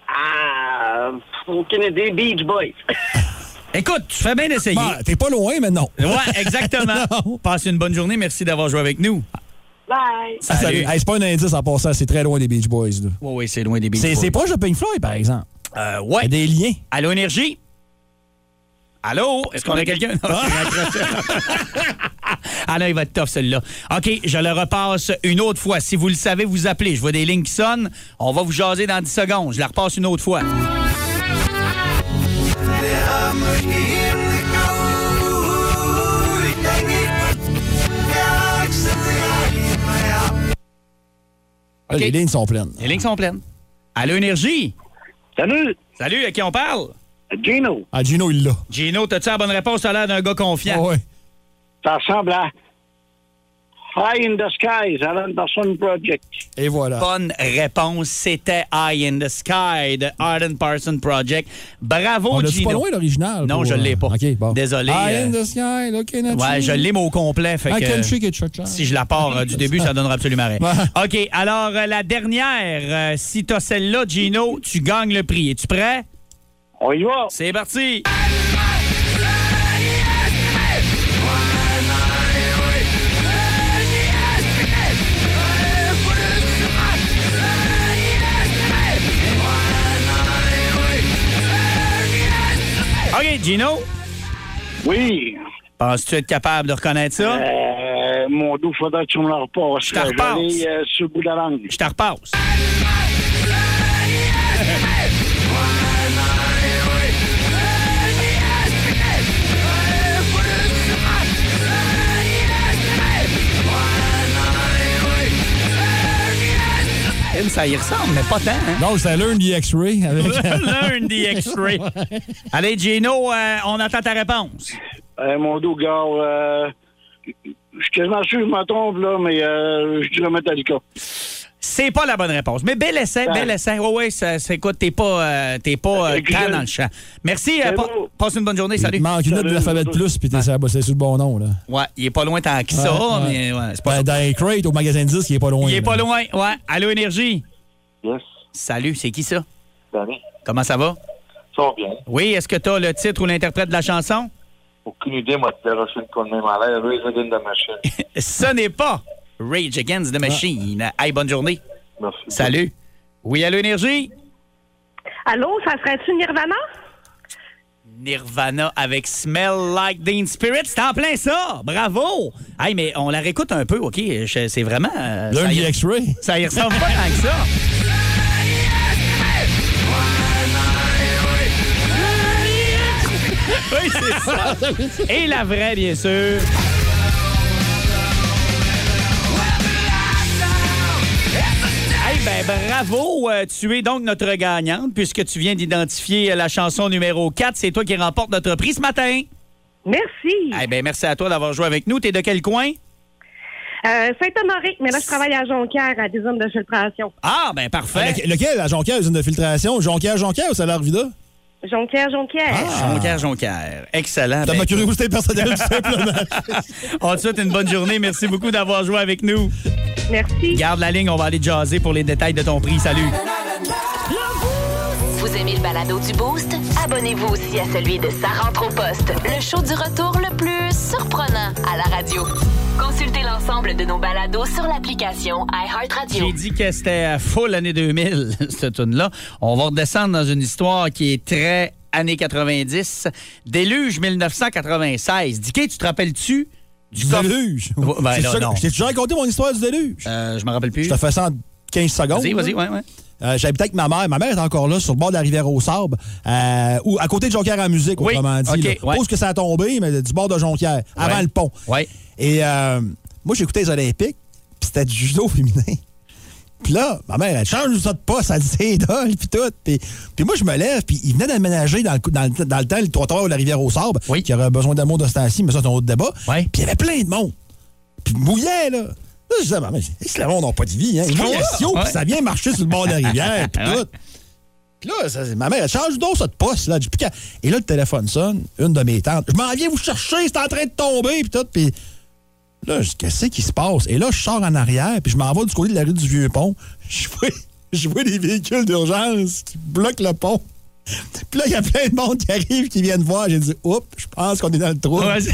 S7: Ah, aucune idée. Beach Boys.
S1: Écoute, tu fais bien d'essayer.
S2: Bah, T'es pas loin, mais non.
S1: Ouais, exactement. Passe une bonne journée. Merci d'avoir joué avec nous.
S7: Bye.
S2: Ah, salut. Hey, c'est pas un indice en passant, c'est très loin des Beach Boys. là.
S1: Oui, oui, Ah, c'est loin des Beach
S2: C'est
S1: Boys.
S2: c'est proche de Pink Floyd, par exemple.
S1: Euh,
S2: Il y a
S1: ouais.
S2: des liens.
S1: Allô, Énergie? Allô? Ah. Est-ce qu'on a quelqu'un? Non, c'est raccroché. ah non, il va être tough, celui-là. OK, je le repasse une autre fois. Si vous le savez, vous appelez. Je vois des lignes qui sonnent. On va vous jaser dans 10 secondes. Je la repasse une autre fois.
S2: Ah, Les lignes sont pleines.
S1: Les lignes sont pleines. Allô, Énergie?
S7: Salut,
S1: Salut, à qui on parle?
S7: Gino.
S2: Ah, Gino, il l'a.
S1: Gino, t'as-tu la bonne réponse? T'as l'air d'un gars confiant.
S2: Ah ouais.
S7: Ça ressemble à High in the Skies, Alan Dawson Project.
S2: Et voilà.
S1: Ah. Bonne réponse, c'était Eye in the Sky de Arden Parson Project. Bravo,
S2: On l'a-tu
S1: Gino.
S2: pas loin, l'original?
S1: Non,
S2: pour,
S1: je l'ai pas.
S2: euh, OK, bon.
S1: Désolé.
S2: Eye in
S1: euh,
S2: the sky, looking at
S1: ouais,
S2: you.
S1: je l'ai, mais au complet. Fait
S2: I
S1: que,
S2: can shake it, cha-cha.
S1: si je la pars euh, du début, ça donnera absolument rien.
S2: Ouais.
S1: OK, alors euh, la dernière, euh, si t'as celle-là, Gino, tu gagnes le prix. Es-tu prêt?
S7: On y va.
S1: C'est parti! OK, Gino,
S7: Oui.
S1: penses-tu être capable de reconnaître ça?
S7: Euh, mon doux, faudrait que tu me le repasses.
S1: Je te repasse.
S7: l'ai, euh, sur le bout de la langue.
S1: Je te repasse. Elle, Ça y ressemble, mais pas tant. Hein?
S2: Non, c'est Learn the X-Ray. avec- euh,
S1: Learn the X-ray. Allez, Gino, euh, on attend ta réponse.
S7: Euh, mon doux, gars, euh, je suis quasiment sûr que je me trompe, là, mais euh, je dirais Metallica.
S1: C'est pas la bonne réponse. Mais bel essai, bel essai. Oui, oui, ça, ça- écoute, t'es pas, euh, t'es pas euh,
S7: Écoute,
S1: grand dans le champ. Merci. euh,
S7: c'est
S1: pa-
S7: beau.
S1: passe une bonne journée. Salut.
S2: Il manque une lettre de l'alphabet de plus, puis t'es sur la- c'est sur le bon nom. Là.
S1: Ouais, il est pas loin tant que ça,
S2: Ouais, ouais.
S1: mais ouais, c'est pas
S2: Ben,
S1: ça.
S2: dans les crates, au magasin de disques, il est pas loin.
S1: Il est
S2: là.
S1: pas loin, ouais. Allô, Énergie?
S7: Yes,
S1: Salut, c'est qui ça?
S7: Danny.
S1: Comment ça va?
S7: Ça va bien.
S1: Oui, est-ce que t'as le titre ou l'interprète de la chanson?
S7: Aucune idée, moi, de la une qu'on même à l'air. Raise again the machine.
S1: Ce n'est pas Rage Against
S2: Ah.
S1: the Machine. Hey, bonne journée.
S7: Merci.
S1: Salut. Oui, Allô, Énergie?
S8: Allô, ça serait-tu Nirvana?
S1: Nirvana avec Smell Like Dean Spirit. C'est en plein ça! Bravo! Hey, mais on la réécoute un peu, OK? Je- C'est vraiment... euh,
S2: Learn
S1: ça,
S2: the
S1: y,
S2: X-Ray.
S1: ça y ressemble pas tant que ça. Oui, c'est ça. Et la vraie, bien sûr. Hey, ben bravo, Euh, tu es donc notre gagnante puisque tu viens d'identifier euh, la chanson numéro 4. C'est toi qui remporte notre prix ce matin.
S8: Merci.
S1: Eh ben merci à toi d'avoir joué avec nous. T'es de quel coin?
S8: Euh, Saint-Honoré, mais là, je travaille à Jonquière, à des zones de filtration.
S1: Ah, ben
S2: Ah,
S1: parfait.
S2: lequel- Lequel, la Jonquière, usine de filtration? Jonquière, Jonquière ou Salaire Vida?
S8: Jonquière, Jonquière.
S1: Jonquière, Jonquière. Excellent.
S2: Ah. T'as
S1: Ben,
S2: ma curiosité personnelle, tout simplement.
S1: on te souhaite une bonne journée. Merci beaucoup d'avoir joué avec nous.
S8: Merci.
S1: Garde la ligne, on va aller jaser pour les détails de ton prix. Salut.
S9: Vous aimez le balado du Boost? Abonnez-vous aussi à celui de Sa rentre au poste, le show du retour le plus surprenant à la radio. Consultez l'ensemble de nos balados sur l'application iHeartRadio.
S1: J'ai dit que c'était euh, full l'année 2000, cette tune-là. On va redescendre dans une histoire qui est très années 90. Déluge 1996. Dicky, tu te rappelles-tu du
S2: Du
S1: coffre?
S2: déluge.
S1: Ouais, ben
S2: C'est
S1: là,
S2: ça que-
S1: non.
S2: Je t'ai déjà raconté mon histoire du déluge.
S1: Euh, je me rappelle plus.
S2: Je te fais ça en 15 secondes.
S1: Vas-y, vas-y,
S2: là.
S1: ouais, ouais.
S2: Euh, J'habitais avec ma mère. Ma mère est encore là, sur le bord de la rivière au sable, euh, ou à côté de Jonquière en musique,
S1: Oui,
S2: autrement dit.
S1: ok,
S2: là.
S1: ouais.
S2: Pas où est-ce que ça a tombé, mais du bord de Jonquière, avant
S1: Ouais.
S2: le pont.
S1: Ouais.
S2: Et euh, moi, j'écoutais les Olympiques, puis c'était du judo féminin. Puis là, ma mère, elle change ça de pas, ça dit c'est idole, puis tout. Puis, puis moi, je me lève, puis il venait d'aménager dans le, cou- dans, le- dans le temps le trottoir de la rivière au sable, qui aurait besoin d'amour de ce temps-ci, mais ça, c'est un autre débat. Puis il y avait plein de monde. Puis mouillait, là. Là, je disais, maman, c'est le monde n'a pas de vie, hein.
S4: C'est
S2: Ils vont
S4: quoi, là?
S2: asio, puis
S4: Ouais.
S2: ça vient marcher sur le bord de la rivière, puis
S4: Ouais.
S2: tout. Puis là, ça, c'est- ma mère, elle change donc ça de poste, là. J'ai plus qu'à- Et là, le téléphone sonne, une de mes tantes. Je m'en viens vous chercher, c'est en train de tomber, puis tout. Puis là, je dis, qu'est-ce qui se passe? Et là, je sors en arrière, puis je m'en vais du côté de la rue du Vieux-Pont. Je vois, je vois des véhicules d'urgence qui bloquent le pont. Puis là, il y a plein de monde qui arrive, qui viennent voir. J'ai dit, oups, je pense qu'on est dans le trou. Puis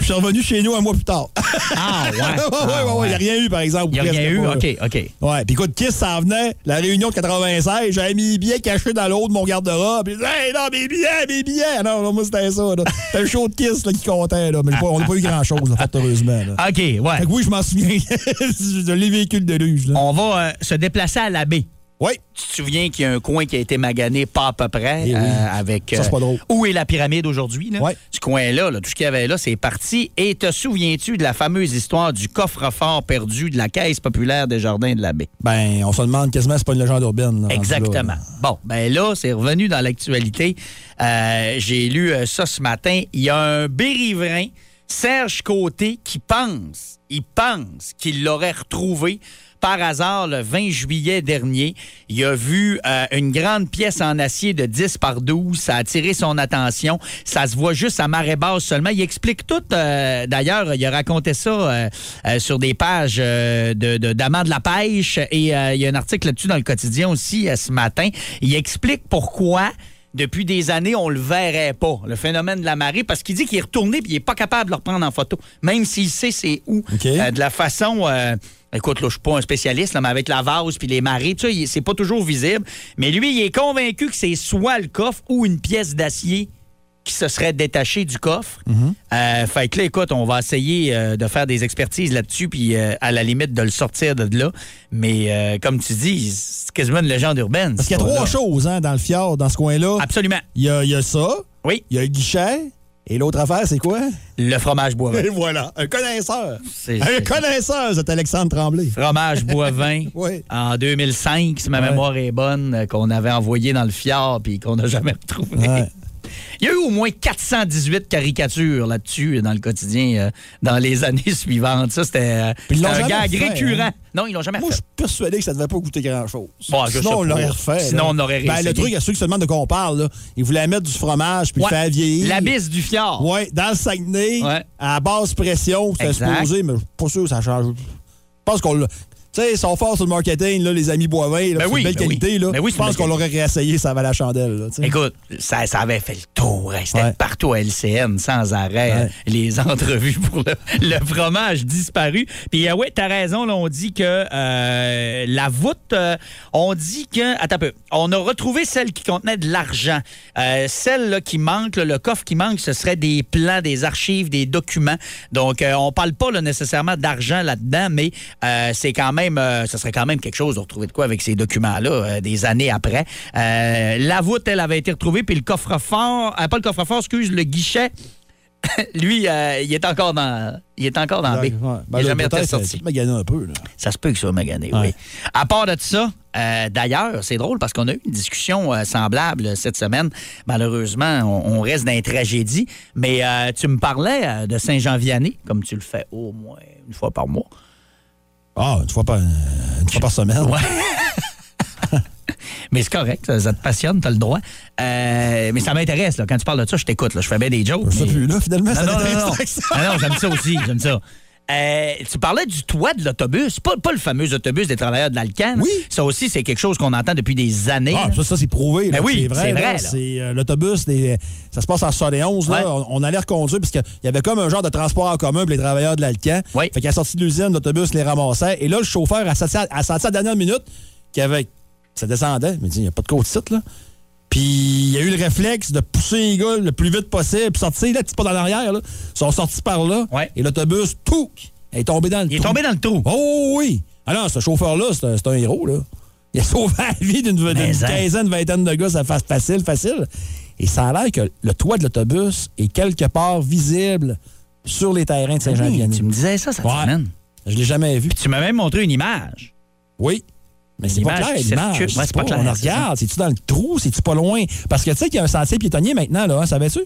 S2: je suis revenu chez nous un mois plus tard.
S4: Ah, ouais.
S2: ouais, ouais,
S4: Ah,
S2: ouais,
S4: ouais.
S2: Il n'y a rien eu, par exemple.
S4: Il y a rien eu?
S2: OK,
S1: OK.
S2: Ouais, puis écoute, Kiss s'en venait, la réunion de 96, j'avais mis les billets cachés dans l'eau de mon garde-robe. Puis, hey, non, mes billets, mes billets! Non, non, moi, c'était ça. là. C'était le show de Kiss là, qui comptait, là. Mais j'ai pas- on n'a pas eu grand-chose, là, fort heureusement. là.
S1: OK, ouais.
S2: Fait que oui, je m'en souviens. de les véhicules de luge.
S1: On va euh, se déplacer à la baie.
S2: Oui.
S1: Tu te souviens qu'il y a un coin qui a été magané pas à peu près
S2: Eh oui.
S1: euh, avec
S2: Ça, c'est pas drôle.
S1: où est la pyramide aujourd'hui là? Ce coin-là, là, tout ce qu'il y avait là, c'est parti. Et te souviens-tu de la fameuse histoire du coffre-fort perdu de la caisse populaire des jardins de la baie?
S2: Ben, on se demande quasiment si c'est pas une légende urbaine. là, rendu
S1: Exactement.
S2: là.
S1: Bon, ben là, c'est revenu dans l'actualité. Euh, J'ai lu euh, ça ce matin. Il y a un bérivrain, Serge Côté, qui pense, il pense qu'il l'aurait retrouvé par hasard le 20 juillet dernier. Il a vu euh, une grande pièce en acier de 10 par 12. Ça a attiré son attention. Ça se voit juste à marée basse seulement. Il explique tout. euh, D'ailleurs, il a raconté ça euh, euh, sur des pages euh, de de- d'amants de la pêche. Et euh, il y a un article là-dessus dans le quotidien aussi euh, ce matin. Il explique pourquoi. Depuis des années, on le verrait pas, le phénomène de la marée, parce qu'il dit qu'il est retourné puis il est pas capable de le reprendre en photo, même s'il sait c'est où. Euh, de la façon, euh, écoute, là, je suis pas un spécialiste, là, mais avec la vase puis les marées, tu sais, il- c'est pas toujours visible. Mais lui, il est convaincu que c'est soit le coffre ou une pièce d'acier qui se serait détachée du coffre. Euh, fait que là, écoute, on va essayer euh, de faire des expertises là-dessus, puis euh, à la limite de le sortir de là. Mais euh, comme tu dis, c'est quasiment une légende urbaine.
S2: Parce qu'il y a trois choses hein, dans le fjord, dans ce coin-là.
S1: Absolument.
S2: Il y a, il y a ça.
S1: Oui.
S2: Il y a le guichet. Et l'autre affaire, c'est quoi?
S1: Le fromage bois.
S2: Et voilà, un connaisseur.
S1: C'est-
S2: Un
S1: c'est-
S2: connaisseur, c'est Alexandre Tremblay.
S1: Fromage Boivin,
S2: Oui.
S1: en 2005, si ma mémoire est bonne, euh, qu'on avait envoyé dans le fjord puis qu'on n'a jamais retrouvé. Il y a eu au moins 418 caricatures là-dessus euh, dans le quotidien euh, dans les années suivantes. Ça, c'était euh,
S2: Puis ils
S1: c'était
S2: l'ont
S1: un
S2: jamais
S1: gag
S2: refait,
S1: récurrent.
S2: hein.
S1: Non, ils l'ont jamais
S2: Moi, je
S1: refait.
S2: suis persuadé que ça ne devait pas goûter grand-chose.
S1: Bon, Bah, je sais
S2: Sinon, on
S1: pas.
S2: l'aurait refait.
S1: Sinon,
S2: là.
S1: on aurait
S2: Ben,
S1: réessayé.
S2: le truc, à ceux qui se demandent de quoi on parle, là, ils voulaient mettre du fromage puis
S1: Ouais.
S2: le faire vieillir.
S1: La bise du fjord.
S2: Oui, dans le Saguenay, à basse pression, c'était
S1: Exact.
S2: supposé, mais je suis pas sûr que ça change. Je pense qu'on l'a. Tu sais, ils sont forts sur le marketing, là, les amis Boivin. Là,
S1: Ben
S2: c'est
S1: oui,
S2: une belle
S1: ben oui.
S2: qualité. Là.
S1: Ben oui,
S2: je
S1: c'est une
S2: pense
S1: belle
S2: qu'on l'aurait réessayé, ça va la chandelle. là, tu sais.
S1: Écoute, ça, ça avait fait le tour. hein. C'était partout à LCN, sans arrêt. hein. Les entrevues pour le, le fromage disparu. Puis, oui, t'as raison. Là, on dit que euh, la voûte, euh, on dit que. Attends un peu. On a retrouvé celle qui contenait de l'argent. Euh, celle là, qui manque, là, le coffre qui manque, ce serait des plans, des archives, des documents. Donc, euh, on parle pas là, nécessairement d'argent là-dedans, mais euh, c'est quand même, euh, ce serait quand même quelque chose de retrouver de quoi avec ces documents-là euh, des années après. Euh, la voûte, elle avait été retrouvée, puis le coffre-fort, euh, pas le coffre-fort, excuse, le guichet, lui, euh, il est encore dans, il est encore dans
S2: Ouais,
S1: B.
S2: ouais.
S1: il
S2: Ben,
S1: n'a
S2: là,
S1: jamais été
S2: peut-être,
S1: sorti.
S2: ça magané un peu. Là.
S1: Ça se peut que ça soit magané, oui. À part de ça, euh, d'ailleurs, c'est drôle parce qu'on a eu une discussion euh, semblable cette semaine. Malheureusement, on, on reste dans les tragédies. Mais euh, tu me parlais euh, de Saint-Jean-Vianney, comme tu le fais au moins une fois par mois.
S2: Ah, une fois par, une fois par semaine.
S1: Mais c'est correct, ça, ça te passionne, t'as le droit. Euh, mais ça m'intéresse, là. Quand tu parles de ça, je t'écoute, là. Je fais bien des jokes.
S2: Je sais
S1: mais-
S2: plus, là, finalement,
S1: Non,
S2: ça
S1: non, non,
S2: m'intéresse
S1: non.
S2: tant que ça.
S1: Ah non, j'aime ça aussi, j'aime ça. Euh, tu parlais du toit de l'autobus, pas, pas le fameux autobus des travailleurs de l'Alcan. Oui. Ça aussi, c'est quelque chose qu'on entend depuis des années.
S2: Ah, ça, ça, c'est prouvé. là.
S1: Ben oui,
S2: c'est vrai.
S1: c'est
S2: là.
S1: vrai, là.
S2: C'est euh, l'autobus, des- ça se passe en 71. Là,
S1: Ouais.
S2: on, on allait reconduire parce qu'il y avait comme un genre de transport en commun pour les travailleurs de l'Alcan. Fait qu'à la sortie de l'usine, l'autobus les ramassait. Et là, le chauffeur a senti à, a senti à la dernière minute qu'il y avait. Ça descendait. Il m'a dit, il n'y a pas de côte site, là. Puis il y a eu le réflexe de pousser les gars le plus vite possible, puis sortir là, petit pas dans l'arrière. là. Ils sont sortis par là, et l'autobus, tout, est tombé dans le trou. Il est tombé
S1: dans le trou.
S2: Oh oui! Alors, ce chauffeur-là, c'est un, c'est un héros, là. Il a sauvé la vie d'une d'une
S1: Mais, hein.
S2: quinzaine, vingtaine de gars, ça fasse facile, facile. Et ça a l'air que le toit de l'autobus est quelque part visible sur les terrains de Saint-Jean-Vianney.
S1: tu me disais ça cette semaine.
S2: Je l'ai jamais vu.
S1: tu m'as même montré une image.
S2: Oui. Mais c'est pas
S1: L'image
S2: clair,
S1: qui
S2: l'image.
S1: circule. Ouais,
S2: c'est pas,
S1: clair,
S2: on la
S1: c'est ça.
S2: regarde. C'est-tu dans le trou? C'est-tu pas loin? Parce que tu sais qu'il y a un sentier piétonnier maintenant, là, hein, savais-tu?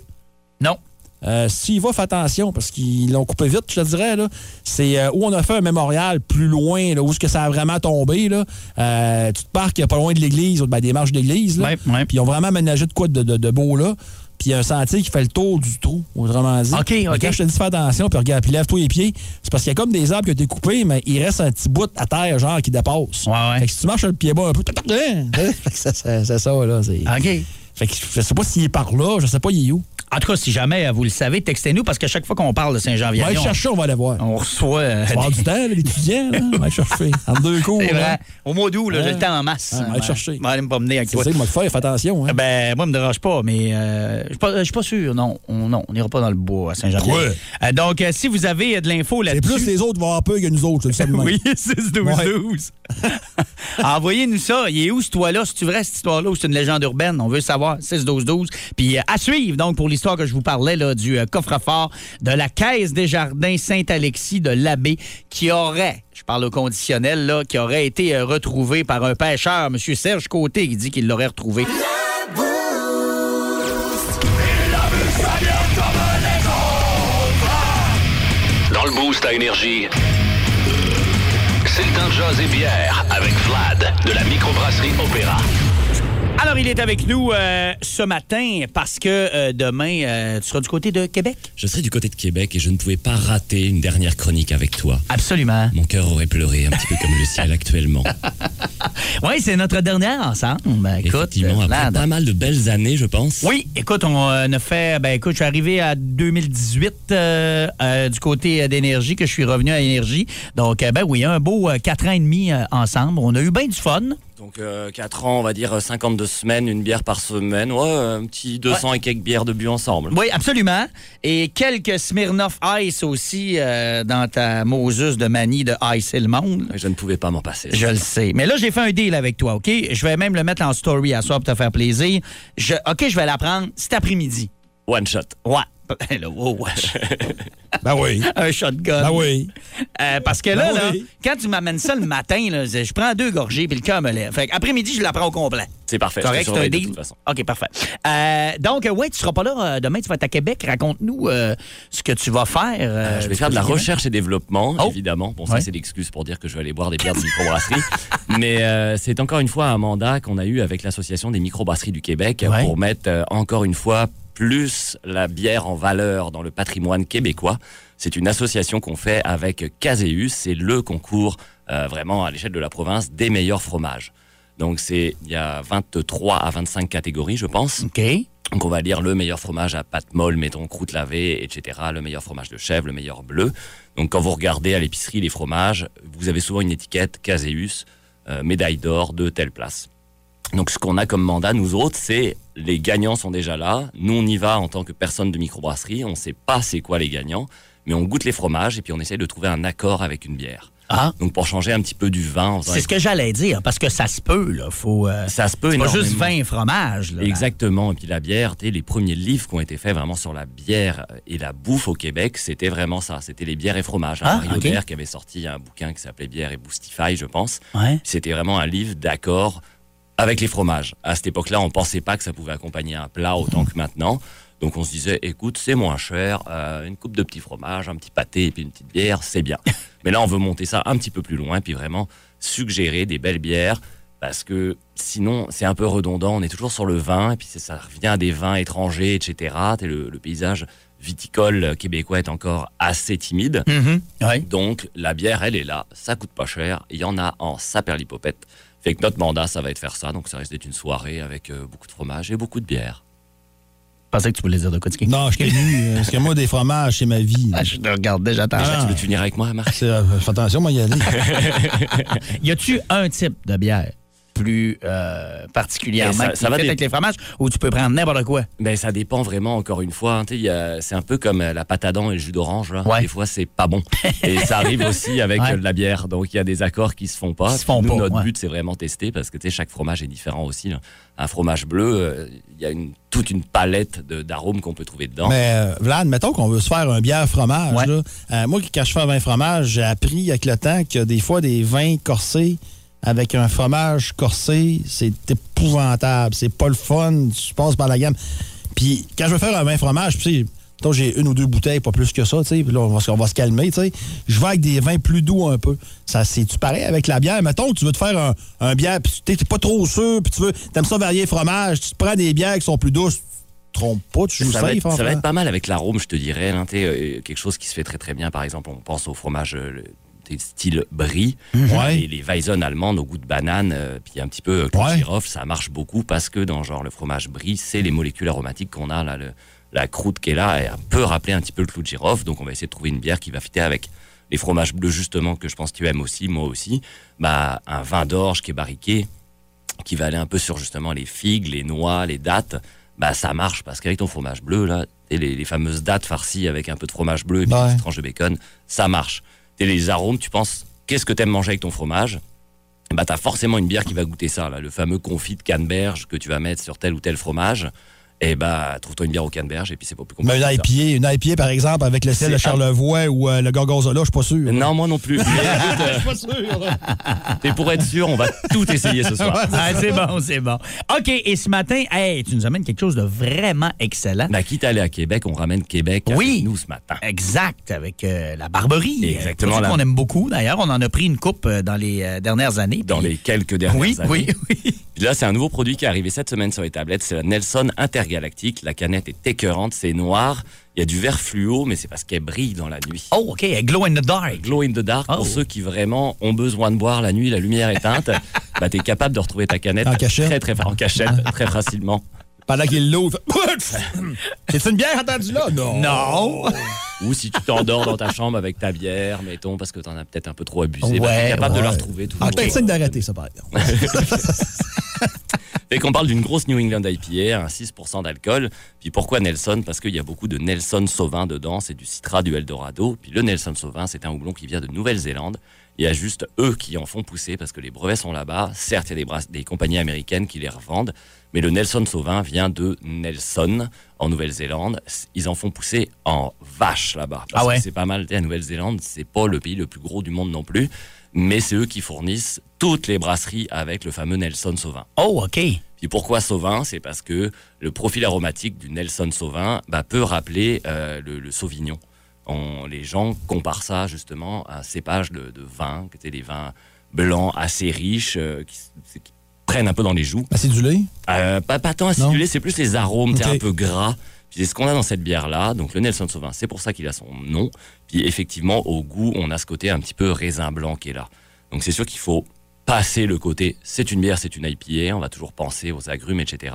S1: Non.
S2: Euh, S'il va, fais attention, parce qu'ils l'ont coupé vite, je te dirais. là. C'est euh, où on a fait un mémorial plus loin, là, où est-ce que ça a vraiment tombé. Là. Euh, tu te parques pas loin de l'église, ou ben, des marches d'église. là.
S1: Ouais, ouais.
S2: Puis ils ont vraiment aménagé de quoi de, de- de beau là. Puis il y a un sentier qui fait le tour du trou, autrement dit.
S1: OK,
S2: Mais
S1: OK.
S2: Quand je te dis fais attention, puis regarde, puis lève-toi les pieds, c'est parce qu'il y a comme des arbres qui ont été coupés, mais il reste un petit bout à terre, genre, qui dépasse.
S1: Ouais, ouais.
S2: Fait que si tu marches sur le pied bas un peu, tac, tac, hein, hein, fait que c'est c'est- c'est ça, là. c'est-
S1: OK.
S2: Fait que je sais pas s'il est par là, je sais pas, il est où.
S1: En tout cas, si jamais euh, vous le savez, textez-nous parce que chaque fois qu'on parle de
S2: On va aller
S1: Saint-Jean-Viaillon,
S2: chercher, on va aller voir.
S1: on reçoit. euh,
S2: On va avoir du temps, là, l'étudiant, là. On va aller chercher. En deux cours, hein.
S1: des- c'est vrai.
S2: là.
S1: Au mois d'août, là, j'ai
S2: Ouais.
S1: le temps en masse.
S2: Ouais, on va aller
S1: Ouais.
S2: chercher.
S1: On va aller me promener avec
S2: C'est
S1: toi.
S2: ça, il m'a fait, fais attention, hein.
S1: Eh Ben, moi, il me dérange pas, mais euh, je suis pas- je suis pas, sûr. Non, on non, on n'ira pas dans le bois à saint jean
S2: Pourquoi?
S1: Donc, euh, si vous avez euh, de l'info
S2: C'est
S1: là-dessus.
S2: plus les autres qui vont avoir peur que nous autres, c'est le
S1: Oui, 6 12 12. Envoyez-nous ça. Il est où ce toit-là? C'est-tu vrai, cette histoire-là, ou c'est une légende urbaine? On veut savoir. 6 12 12. Puis euh, à suivre, donc, pour l'histoire que je vous parlais, là, du euh, coffre-fort de la Caisse des Jardins Saint-Alexis de l'Abbé, qui aurait, je parle au conditionnel, là, qui aurait été euh, retrouvé par un pêcheur, M. Serge Côté, qui dit qu'il l'aurait retrouvé.
S10: Dans le boost à énergie, c'est le temps de jaser bière avec Vlad de la microbrasserie Opéra.
S1: Alors, il est avec nous euh, ce matin parce que euh, demain, euh, tu seras du côté de Québec.
S3: Je serai du côté de Québec et je ne pouvais pas rater une dernière chronique avec toi.
S1: Absolument.
S3: Mon cœur aurait pleuré un petit peu comme le ciel actuellement.
S1: Oui, c'est notre dernière ensemble. Ben, écoute,
S3: Effectivement,
S1: euh,
S3: après
S1: Vlad.
S3: pas mal de belles années, je pense.
S1: Oui, écoute, on euh, ne fait. Ben, écoute, je suis arrivé à 2018 euh, euh, du côté euh, d'énergie, que je suis revenu à énergie. Donc, euh, ben oui, un beau euh, quatre ans et demi euh, ensemble. On a eu bien du fun.
S3: Donc 4 ans, on va dire euh, 52 semaines, une bière par semaine. Ouais, un petit 200 et quelques bières de bu ensemble.
S1: Oui, absolument. Et quelques Smirnoff Ice aussi euh, dans ta Moses de manie de Ice et le monde.
S3: Et Je ne pouvais pas m'en passer.
S1: Je le sais. Mais là, j'ai fait un deal avec toi, OK? Je vais même le mettre en story à soir pour te faire plaisir. Je, OK, je vais la prendre cet après-midi.
S3: One shot.
S1: Ouais. Là, wow.
S2: Ben oui.
S1: un shotgun.
S2: Ben oui.
S1: Euh, parce que là,
S2: Ben
S1: là,
S2: oui.
S1: quand tu m'amènes ça le matin, là, je je prends deux gorgées puis le cœur me lève. Fait après midi, je la prends au complet.
S3: C'est parfait. je te
S1: Correct, c'est un
S3: surveille de
S1: deal.
S3: toute façon.
S1: OK, parfait. Euh, donc, euh, ouais, tu seras pas là euh, demain, tu vas être à Québec. Raconte-nous euh, ce que tu vas faire. euh,
S3: Euh, je vais
S1: du
S3: faire de la
S1: côté
S3: recherche et développement,
S1: Oh.
S3: évidemment. Bon, ça,
S1: Ouais.
S3: c'est l'excuse pour dire que je vais aller boire des bières de microbrasserie. Mais euh, c'est encore une fois un mandat qu'on a eu avec l'Association des microbrasseries du Québec euh,
S1: Ouais.
S3: pour mettre euh, encore une fois plus la bière en valeur dans le patrimoine québécois. C'est une association qu'on fait avec Caseus. C'est le concours, euh, vraiment à l'échelle de la province, des meilleurs fromages. Donc, c'est il y a 23 à 25 catégories, je pense.
S1: Québec. OK.
S3: Donc on va dire le meilleur fromage à pâte molle, mettons croûte lavée, etc. Le meilleur fromage de chèvre, le meilleur bleu. Donc quand vous regardez à l'épicerie les fromages, vous avez souvent une étiquette Caseus, euh, médaille d'or de telle place. Donc ce qu'on a comme mandat, nous autres, c'est les gagnants sont déjà là. Nous, on y va en tant que personne de microbrasserie. On ne sait pas c'est quoi les gagnants, mais on goûte les fromages et puis on essaye de trouver un accord avec une bière.
S1: Ah.
S3: Donc pour changer un petit peu du vin, on
S1: C'est ce que j'allais dire, parce que ça se peut, là. Faut, euh,
S3: ça se peut
S1: c'est pas
S3: énormément.
S1: juste 20 fromages, là.
S3: Exactement. Et puis la bière, tu sais, les premiers livres qui ont été faits vraiment sur la bière et la bouffe au Québec, c'était vraiment ça. C'était les bières et fromages.
S1: Ah,
S3: Hein. Mario
S1: ok.
S3: Bert qui avait sorti un bouquin qui s'appelait Bière et Boostify, je pense.
S1: Ouais.
S3: C'était vraiment un livre d'accord avec les fromages. À cette époque-là, on pensait pas que ça pouvait accompagner un plat autant que maintenant. Donc on se disait, écoute, c'est moins cher, euh, une coupe de petits fromages, un petit pâté et puis une petite bière, c'est bien. Mais là, on veut monter ça un petit peu plus loin, puis vraiment suggérer des belles bières, parce que sinon, c'est un peu redondant, on est toujours sur le vin, et puis c'est- ça revient à des vins étrangers, etc. Et le, le paysage viticole québécois est encore assez timide.
S1: Mhm. Ouais.
S3: Mm-hmm. Donc, la bière, elle est là, ça coûte pas cher, il y en a en saperlipopette. Fait que notre mandat, ça va être faire ça, donc ça risque d'être une soirée avec euh, beaucoup de fromage et beaucoup de bière.
S1: Je pensais que tu voulais dire de quoi de ski.
S11: Non, je t'ai vu. euh, Parce que moi, des fromages, c'est ma vie.
S1: Ah, Je te regarde déjà, t'en-
S3: Déjà, tu veux-tu venir avec moi, Marc
S11: C'est, euh, fais attention, moi, y aller.
S1: Y a-tu un type de bière? plus euh, particulièrement.
S3: Mais ça-
S1: qui
S3: ça
S1: est
S3: va
S1: faite
S3: dé-
S1: avec les fromages ou tu peux prendre n'importe quoi.
S3: Ben, ça dépend vraiment, encore une fois. hein, tu sais, il y a- C'est un peu comme euh, la pâte à dents et le jus d'orange. là. Des fois, c'est pas bon. Et ça arrive aussi avec
S1: Ouais.
S3: euh, de la bière. Donc, il y a des accords qui se font pas.
S1: Qui se font
S3: Nous,
S1: pas,
S3: notre
S1: ouais.
S3: but, c'est vraiment tester parce que tu sais, chaque fromage est différent aussi. là. Un fromage bleu, euh, il y a une, toute une palette de- d'arômes qu'on peut trouver dedans.
S2: Mais euh, Vlad, mettons qu'on veut se faire un bière fromage. là. Euh, moi, quand je fais un vin fromage, j'ai appris avec le temps que des fois, des vins corsés avec un fromage corsé, c'est épouvantable. C'est pas le fun. Tu passes par la gamme. Puis quand je veux faire un vin fromage, puis tu sais, mettons, j'ai une ou deux bouteilles, pas plus que ça, tu sais, puis là, on va, se- on va se calmer, tu sais. Je vais avec des vins plus doux un peu. Ça, c'est-tu pareil avec la bière? Mettons que tu veux te faire un, un bière, puis tu t'es t'es pas trop sûr, puis tu veux, t'aimes ça varier les fromages, tu te prends des bières qui sont plus douces, tu te trompes pas, tu joues
S3: ça, va
S2: safe, hein,
S3: être,
S2: en
S3: ça va
S2: fait.
S3: être pas mal avec l'arôme, je te dirais. hein, tu sais, euh, quelque chose qui se fait très très bien. Par exemple, on pense au fromage euh, le- tu sais, style brie,
S2: Mhm.
S3: euh,
S2: Ouais.
S3: les, les Weizen allemandes au goût de banane, euh, puis un petit peu euh, Kirchhoff, ça marche beaucoup parce que dans genre le fromage brie, c'est les molécules aromatiques qu'on a là, le- la croûte qui est là, elle peut rappeler un petit peu le clou de girofle. Donc on va essayer de trouver une bière qui va fitter avec les fromages bleus justement que je pense que tu aimes aussi, moi aussi. Bah un vin d'orge qui est barriqué, qui va aller un peu sur justement les figues, les noix, les dattes, bah ça marche parce qu'avec ton fromage bleu là, et les, les fameuses dattes farcies avec un peu de fromage bleu et puis
S2: Ouais.
S3: une petite tranche de bacon, ça marche. Et les arômes, tu penses qu'est-ce que t'aimes manger avec ton fromage Bah t'as forcément une bière qui va goûter ça là, le fameux confit de canneberge que tu vas mettre sur tel ou tel fromage. Et bah trouve-toi une bière au canneberge et puis c'est pas plus
S2: Mais
S3: compliqué.
S2: une
S3: que ça.
S2: IPA, une IPA, par exemple, avec le ciel de
S3: C'est-
S2: Charlevoix ou euh, le Gorgonzola, je suis pas sûr.
S3: Non, moi non plus. Mais écoute, euh,
S2: pas sûr.
S3: et pour être sûr, on va tout essayer ce soir.
S1: Ah, c'est bon, c'est bon. OK, et ce matin, hey, tu nous amènes quelque chose de vraiment excellent.
S3: Bah, quitte à aller à Québec, on ramène Québec
S1: Oui.
S3: avec nous ce matin.
S1: Exact, avec euh, la Barberie.
S3: Hein.
S1: Euh,
S3: Exactement,
S1: produit
S3: la-
S1: qu'on aime beaucoup. D'ailleurs, on en a pris une coupe euh, dans les euh, dernières années.
S3: Dans
S1: Puis-
S3: les quelques dernières
S1: Oui,
S3: années.
S1: oui,
S3: Puis Là, c'est un nouveau produit qui est arrivé cette semaine sur les tablettes. C'est la Nelson Intergalactique. La canette est écœurante, c'est noir. Il y a du vert fluo, mais c'est parce qu'elle brille dans la nuit.
S1: Oh, OK, elle glow in the dark.
S3: Glow in the dark,
S1: Oh.
S3: pour ceux qui vraiment ont besoin de boire la nuit, la lumière éteinte, bah, tu es capable de retrouver ta canette
S2: En cachette.
S3: Très, très, fa- en cachette, très facilement.
S2: Pendant qu'il l'ouvre, c'est une bière attendue là? Non.
S3: Oh,
S1: Non.
S3: Ou si tu t'endors dans ta chambre avec ta bière, mettons, parce que t'en as peut-être un peu trop abusé, bah, t'es
S2: Ouais,
S3: capable de
S2: ouais.
S3: la retrouver tout
S2: Ah, je t'insigne d'arrêter ça, par exemple.
S3: Fait qu'on parle d'une grosse New England IPA, un 6% d'alcool. Puis pourquoi Nelson Parce qu'il y a beaucoup de Nelson Sauvin dedans, c'est du Citra du Eldorado. Puis le Nelson Sauvin, c'est un houblon qui vient de Nouvelle-Zélande. Il y a juste eux qui en font pousser parce que les brevets sont là-bas. Certes, il y a des, bras- des compagnies américaines qui les revendent, mais le Nelson Sauvin vient de Nelson en Nouvelle-Zélande. Ils en font pousser en vache là-bas. Parce
S1: Ah ouais?
S3: que c'est pas mal. La Nouvelle-Zélande, c'est pas le pays le plus gros du monde non plus, mais c'est eux qui fournissent toutes les brasseries avec le fameux Nelson Sauvin.
S1: Oh, OK.
S3: Puis pourquoi Sauvin C'est parce que le profil aromatique du Nelson Sauvin bah, peut rappeler euh, le, le Sauvignon. On- les gens comparent ça justement à un cépage de, de vin, qui étaient des vins blancs assez riches, euh, qui, s- qui prennent un peu dans les joues.
S2: Ah, c'est du lait?
S3: Euh, pas, pas tant acidulé, c'est plus les arômes, t'es
S2: Ok.
S3: un peu gras. Puis c'est ce qu'on a dans cette bière-là, donc le Nelson Sauvin, c'est pour ça qu'il a son nom. Puis effectivement, au goût, on a ce côté un petit peu raisin blanc qui est là. Donc c'est sûr qu'il faut passer le côté, c'est une bière, c'est une IPA, on va toujours penser aux agrumes, etc.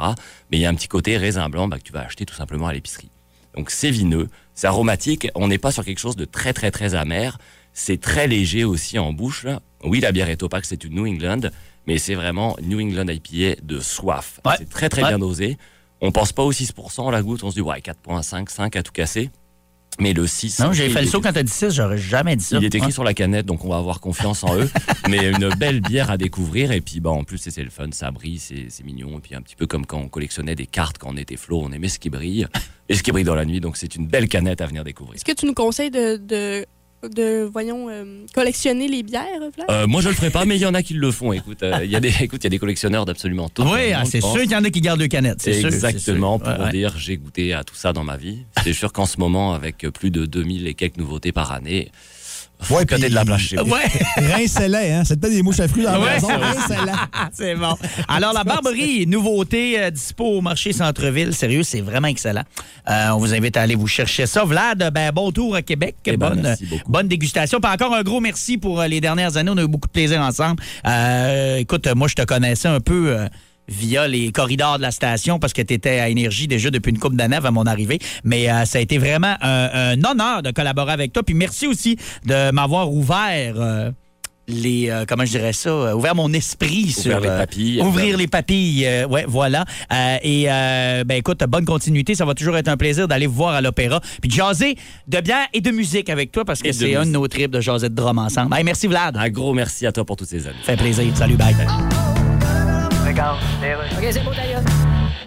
S3: Mais il y a un petit côté raisin blanc bah, que tu vas acheter tout simplement à l'épicerie. Donc c'est vineux, c'est aromatique, on n'est pas sur quelque chose de très très très amer, c'est très léger aussi en bouche. là. Oui, la bière est opaque, c'est une New England, mais c'est vraiment New England IPA de soif. C'est très très
S1: Ouais.
S3: bien dosé. On pense pas au 6%, la goutte, on se dit ouais, 4.5, 5 à tout casser. Mais le 6...
S1: Non, j'ai
S3: il
S1: fait le
S3: est
S1: saut quand t'as dit 6, j'aurais jamais dit ça. Ah.
S3: il est écrit
S1: Ouais.
S3: sur la canette, donc on va avoir confiance en eux. Mais une belle bière à découvrir. Et puis, bah, en plus, c'est- c'est le fun, ça brille, c'est c'est mignon. Et puis, un petit peu comme quand on collectionnait des cartes quand on était flot, on aimait ce qui brille et ce qui brille dans la nuit. Donc, c'est une belle canette à venir découvrir.
S12: Est-ce que tu nous conseilles de, de, de, voyons, euh, collectionner les bières, Vlad?
S3: Euh, moi, je le ferai pas, mais il y en a qui le font. Écoute, euh, il y a des, écoute, il y a des collectionneurs d'absolument tout.
S1: Oui, ah, c'est sûr qu'il y en a qui gardent deux canettes. C'est sûr, c'est sûr.
S3: Exactement, pour
S1: Ouais, ouais.
S3: dire j'ai goûté à tout ça dans ma vie. C'est sûr qu'en ce moment, avec plus de 2000 et quelques nouveautés par année, faut
S2: Ouais,
S3: côté
S2: puis-
S3: de la plage chez vous.
S2: Rince-les, hein? C'est peut-être des mouches à fruits dans la
S1: Ah Ouais.
S2: maison.
S1: c'est bon. Alors, la Barberie, nouveauté euh, dispo au marché Centre-Ville. Sérieux, c'est vraiment excellent. Euh, on vous invite à aller vous chercher ça. Vlad, ben, bon tour à Québec.
S3: ben,
S1: bonne,
S3: merci
S1: euh, bonne dégustation. Puis encore un gros merci pour euh, les dernières années. On a eu beaucoup de plaisir ensemble. Euh, écoute, euh, moi, je te connaissais un peu. euh, via les corridors de la station parce que tu étais à Énergie déjà depuis une couple d'années avant mon arrivée. Mais euh, ça a été vraiment un, un honneur de collaborer avec toi. Puis merci aussi de m'avoir ouvert euh, les euh, comment je dirais ça euh, ouvert mon esprit sur
S3: Ouvert les
S1: euh,
S3: papilles.
S1: ouvrir les papilles euh, ouais voilà Euh, et euh, ben écoute bonne continuité ça va toujours être un plaisir d'aller vous voir à l'opéra puis de jaser de bière et de musique avec toi parce que
S3: Et de
S1: c'est un de
S3: musique.
S1: nos tripes de jaser de drum ensemble Hey, merci Vlad
S3: un gros merci à toi pour toutes ces années
S1: fait plaisir salut bye
S6: OK, c'est bon, d'ailleurs.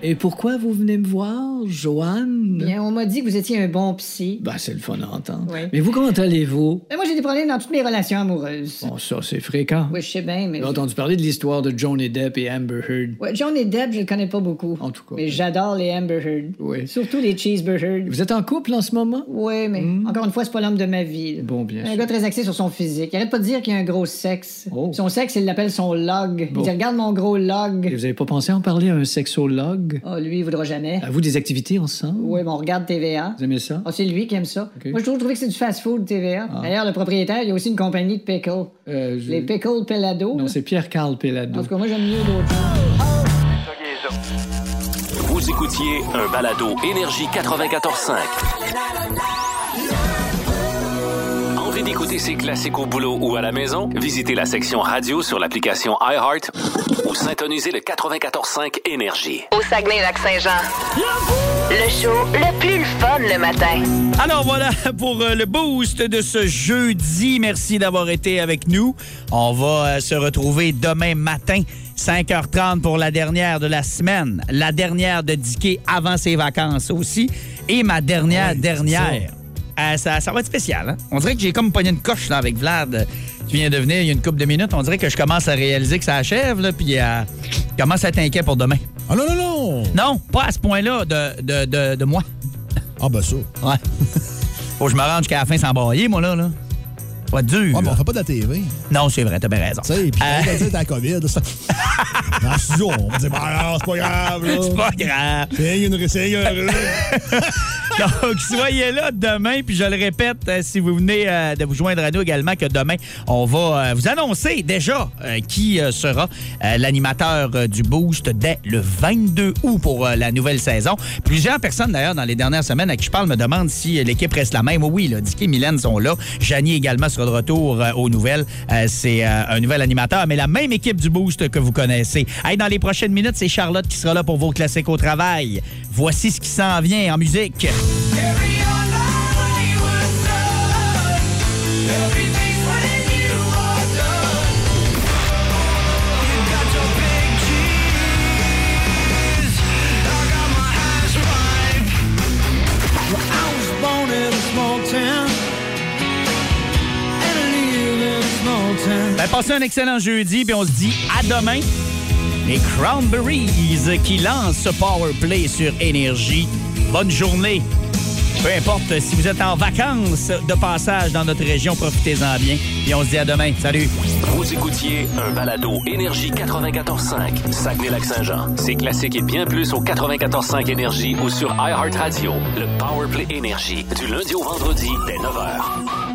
S5: Et pourquoi vous venez me voir, Joanne?
S6: Bien, on m'a dit que vous étiez un bon psy.
S5: Ben, c'est le fun à entendre.
S6: Oui.
S5: Mais vous, comment allez-vous?
S6: Mais moi, j'ai des problèmes dans toutes mes relations amoureuses.
S5: Bon, ça, c'est fréquent.
S6: Oui, je sais bien, mais...
S5: J'ai entendu parler de l'histoire de Johnny Depp et Amber Heard.
S6: Ouais, Johnny Depp, je le connais pas beaucoup. En tout cas. Mais j'adore les Amber Heard.
S5: Oui.
S6: Surtout les Cheeseburgers.
S5: Vous êtes en couple en ce moment?
S6: Oui, mais encore une fois, c'est pas l'homme de ma vie. là.
S5: Bon, bien
S6: un
S5: sûr. Oh.
S6: gars très axé sur son physique. Il arrête pas de dire qu'il a un gros sexe. Son sexe, il l'appelle son log.
S5: Bon.
S6: Il dit Regarde mon gros log.
S5: Et vous avez pas pensé en parler à un sexologue?
S6: Ah, lui, il voudra jamais.
S5: À vous des activités ensemble?
S6: Oui, mais on regarde TVA.
S5: Vous aimez ça?
S6: Ah, c'est lui qui aime ça.
S5: Ok. Ah.
S6: Moi, je trouve, je trouvais que c'est du fast-food, TVA. D'ailleurs, le propriétaire, il y a aussi une compagnie de pickles.
S5: Euh, je-
S6: Les pickles Pelado.
S5: Non, c'est Pierre-Carl Pelado.
S6: En tout cas, moi, j'aime mieux d'autres choses.
S10: Vous écoutiez un balado Énergie 94.5. Envie d'écouter ces classiques au boulot ou à la maison? Visitez la section radio sur l'application iHeart ou syntonisez le 94.5 Énergie.
S9: Au Saguenay-Lac-Saint-Jean. Le show le plus le fun le matin.
S1: Alors voilà pour euh, le boost de ce jeudi. Merci d'avoir été avec nous. On va euh, se retrouver demain matin, 5h30 pour la dernière de la semaine. La dernière de Dicky avant ses vacances aussi. Et ma dernière, dernière. Euh, ça, ça va être spécial. hein? On dirait que j'ai comme pogné une coche là, avec Vlad euh, qui vient de venir il y a une couple de minutes. On dirait que je commence à réaliser que ça achève, là, puis euh, je commence à être inquiet pour demain.
S2: Ah non, non, non!
S1: Non, pas à ce point-là de, de, de, de moi.
S2: Ah ben ça.
S1: Ouais. Faut que je me rende jusqu'à la fin sans bailler, moi, là. là. Ça va être dur.
S2: Ouais, mais Ah, ben, on fait pas de la TV.
S1: Non, c'est vrai, t'as bien raison.
S2: Tu sais, puis
S1: Euh,
S2: quand t'as la COVID, là, ça... dans le studio, on va dire, bah non, c'est pas grave, là.
S1: C'est pas grave.
S2: C'est une c'est une-
S1: Donc, soyez là demain. Puis je le répète, euh, si vous venez euh, de vous joindre à nous également, que demain, on va euh, vous annoncer déjà euh, qui euh, sera euh, l'animateur euh, du Boost dès le 22 août pour euh, la nouvelle saison. Plusieurs personnes, d'ailleurs, dans les dernières semaines à qui je parle, me demandent si euh, l'équipe reste la même. Oui, là, Dicky et Mylène sont là. Janie également sera de retour euh, aux nouvelles. Euh, c'est euh, un nouvel animateur, mais la même équipe du Boost que vous connaissez. Hey, dans les prochaines minutes, c'est Charlotte qui sera là pour vos classiques au travail. Voici ce qui s'en vient en musique. Ben, passez un excellent jeudi, puis on se dit à demain. Les Cranberries qui lancent ce Power Play sur Énergie. Bonne journée. Peu importe si vous êtes en vacances de passage dans notre région, profitez-en bien. Et on se dit à demain. Salut.
S10: Vous écoutiez un balado Énergie 94.5, Saguenay-Lac-Saint-Jean. C'est classique et bien plus au 94.5 Énergie ou sur iHeartRadio. Le Powerplay Énergie, du lundi au vendredi, dès 9h.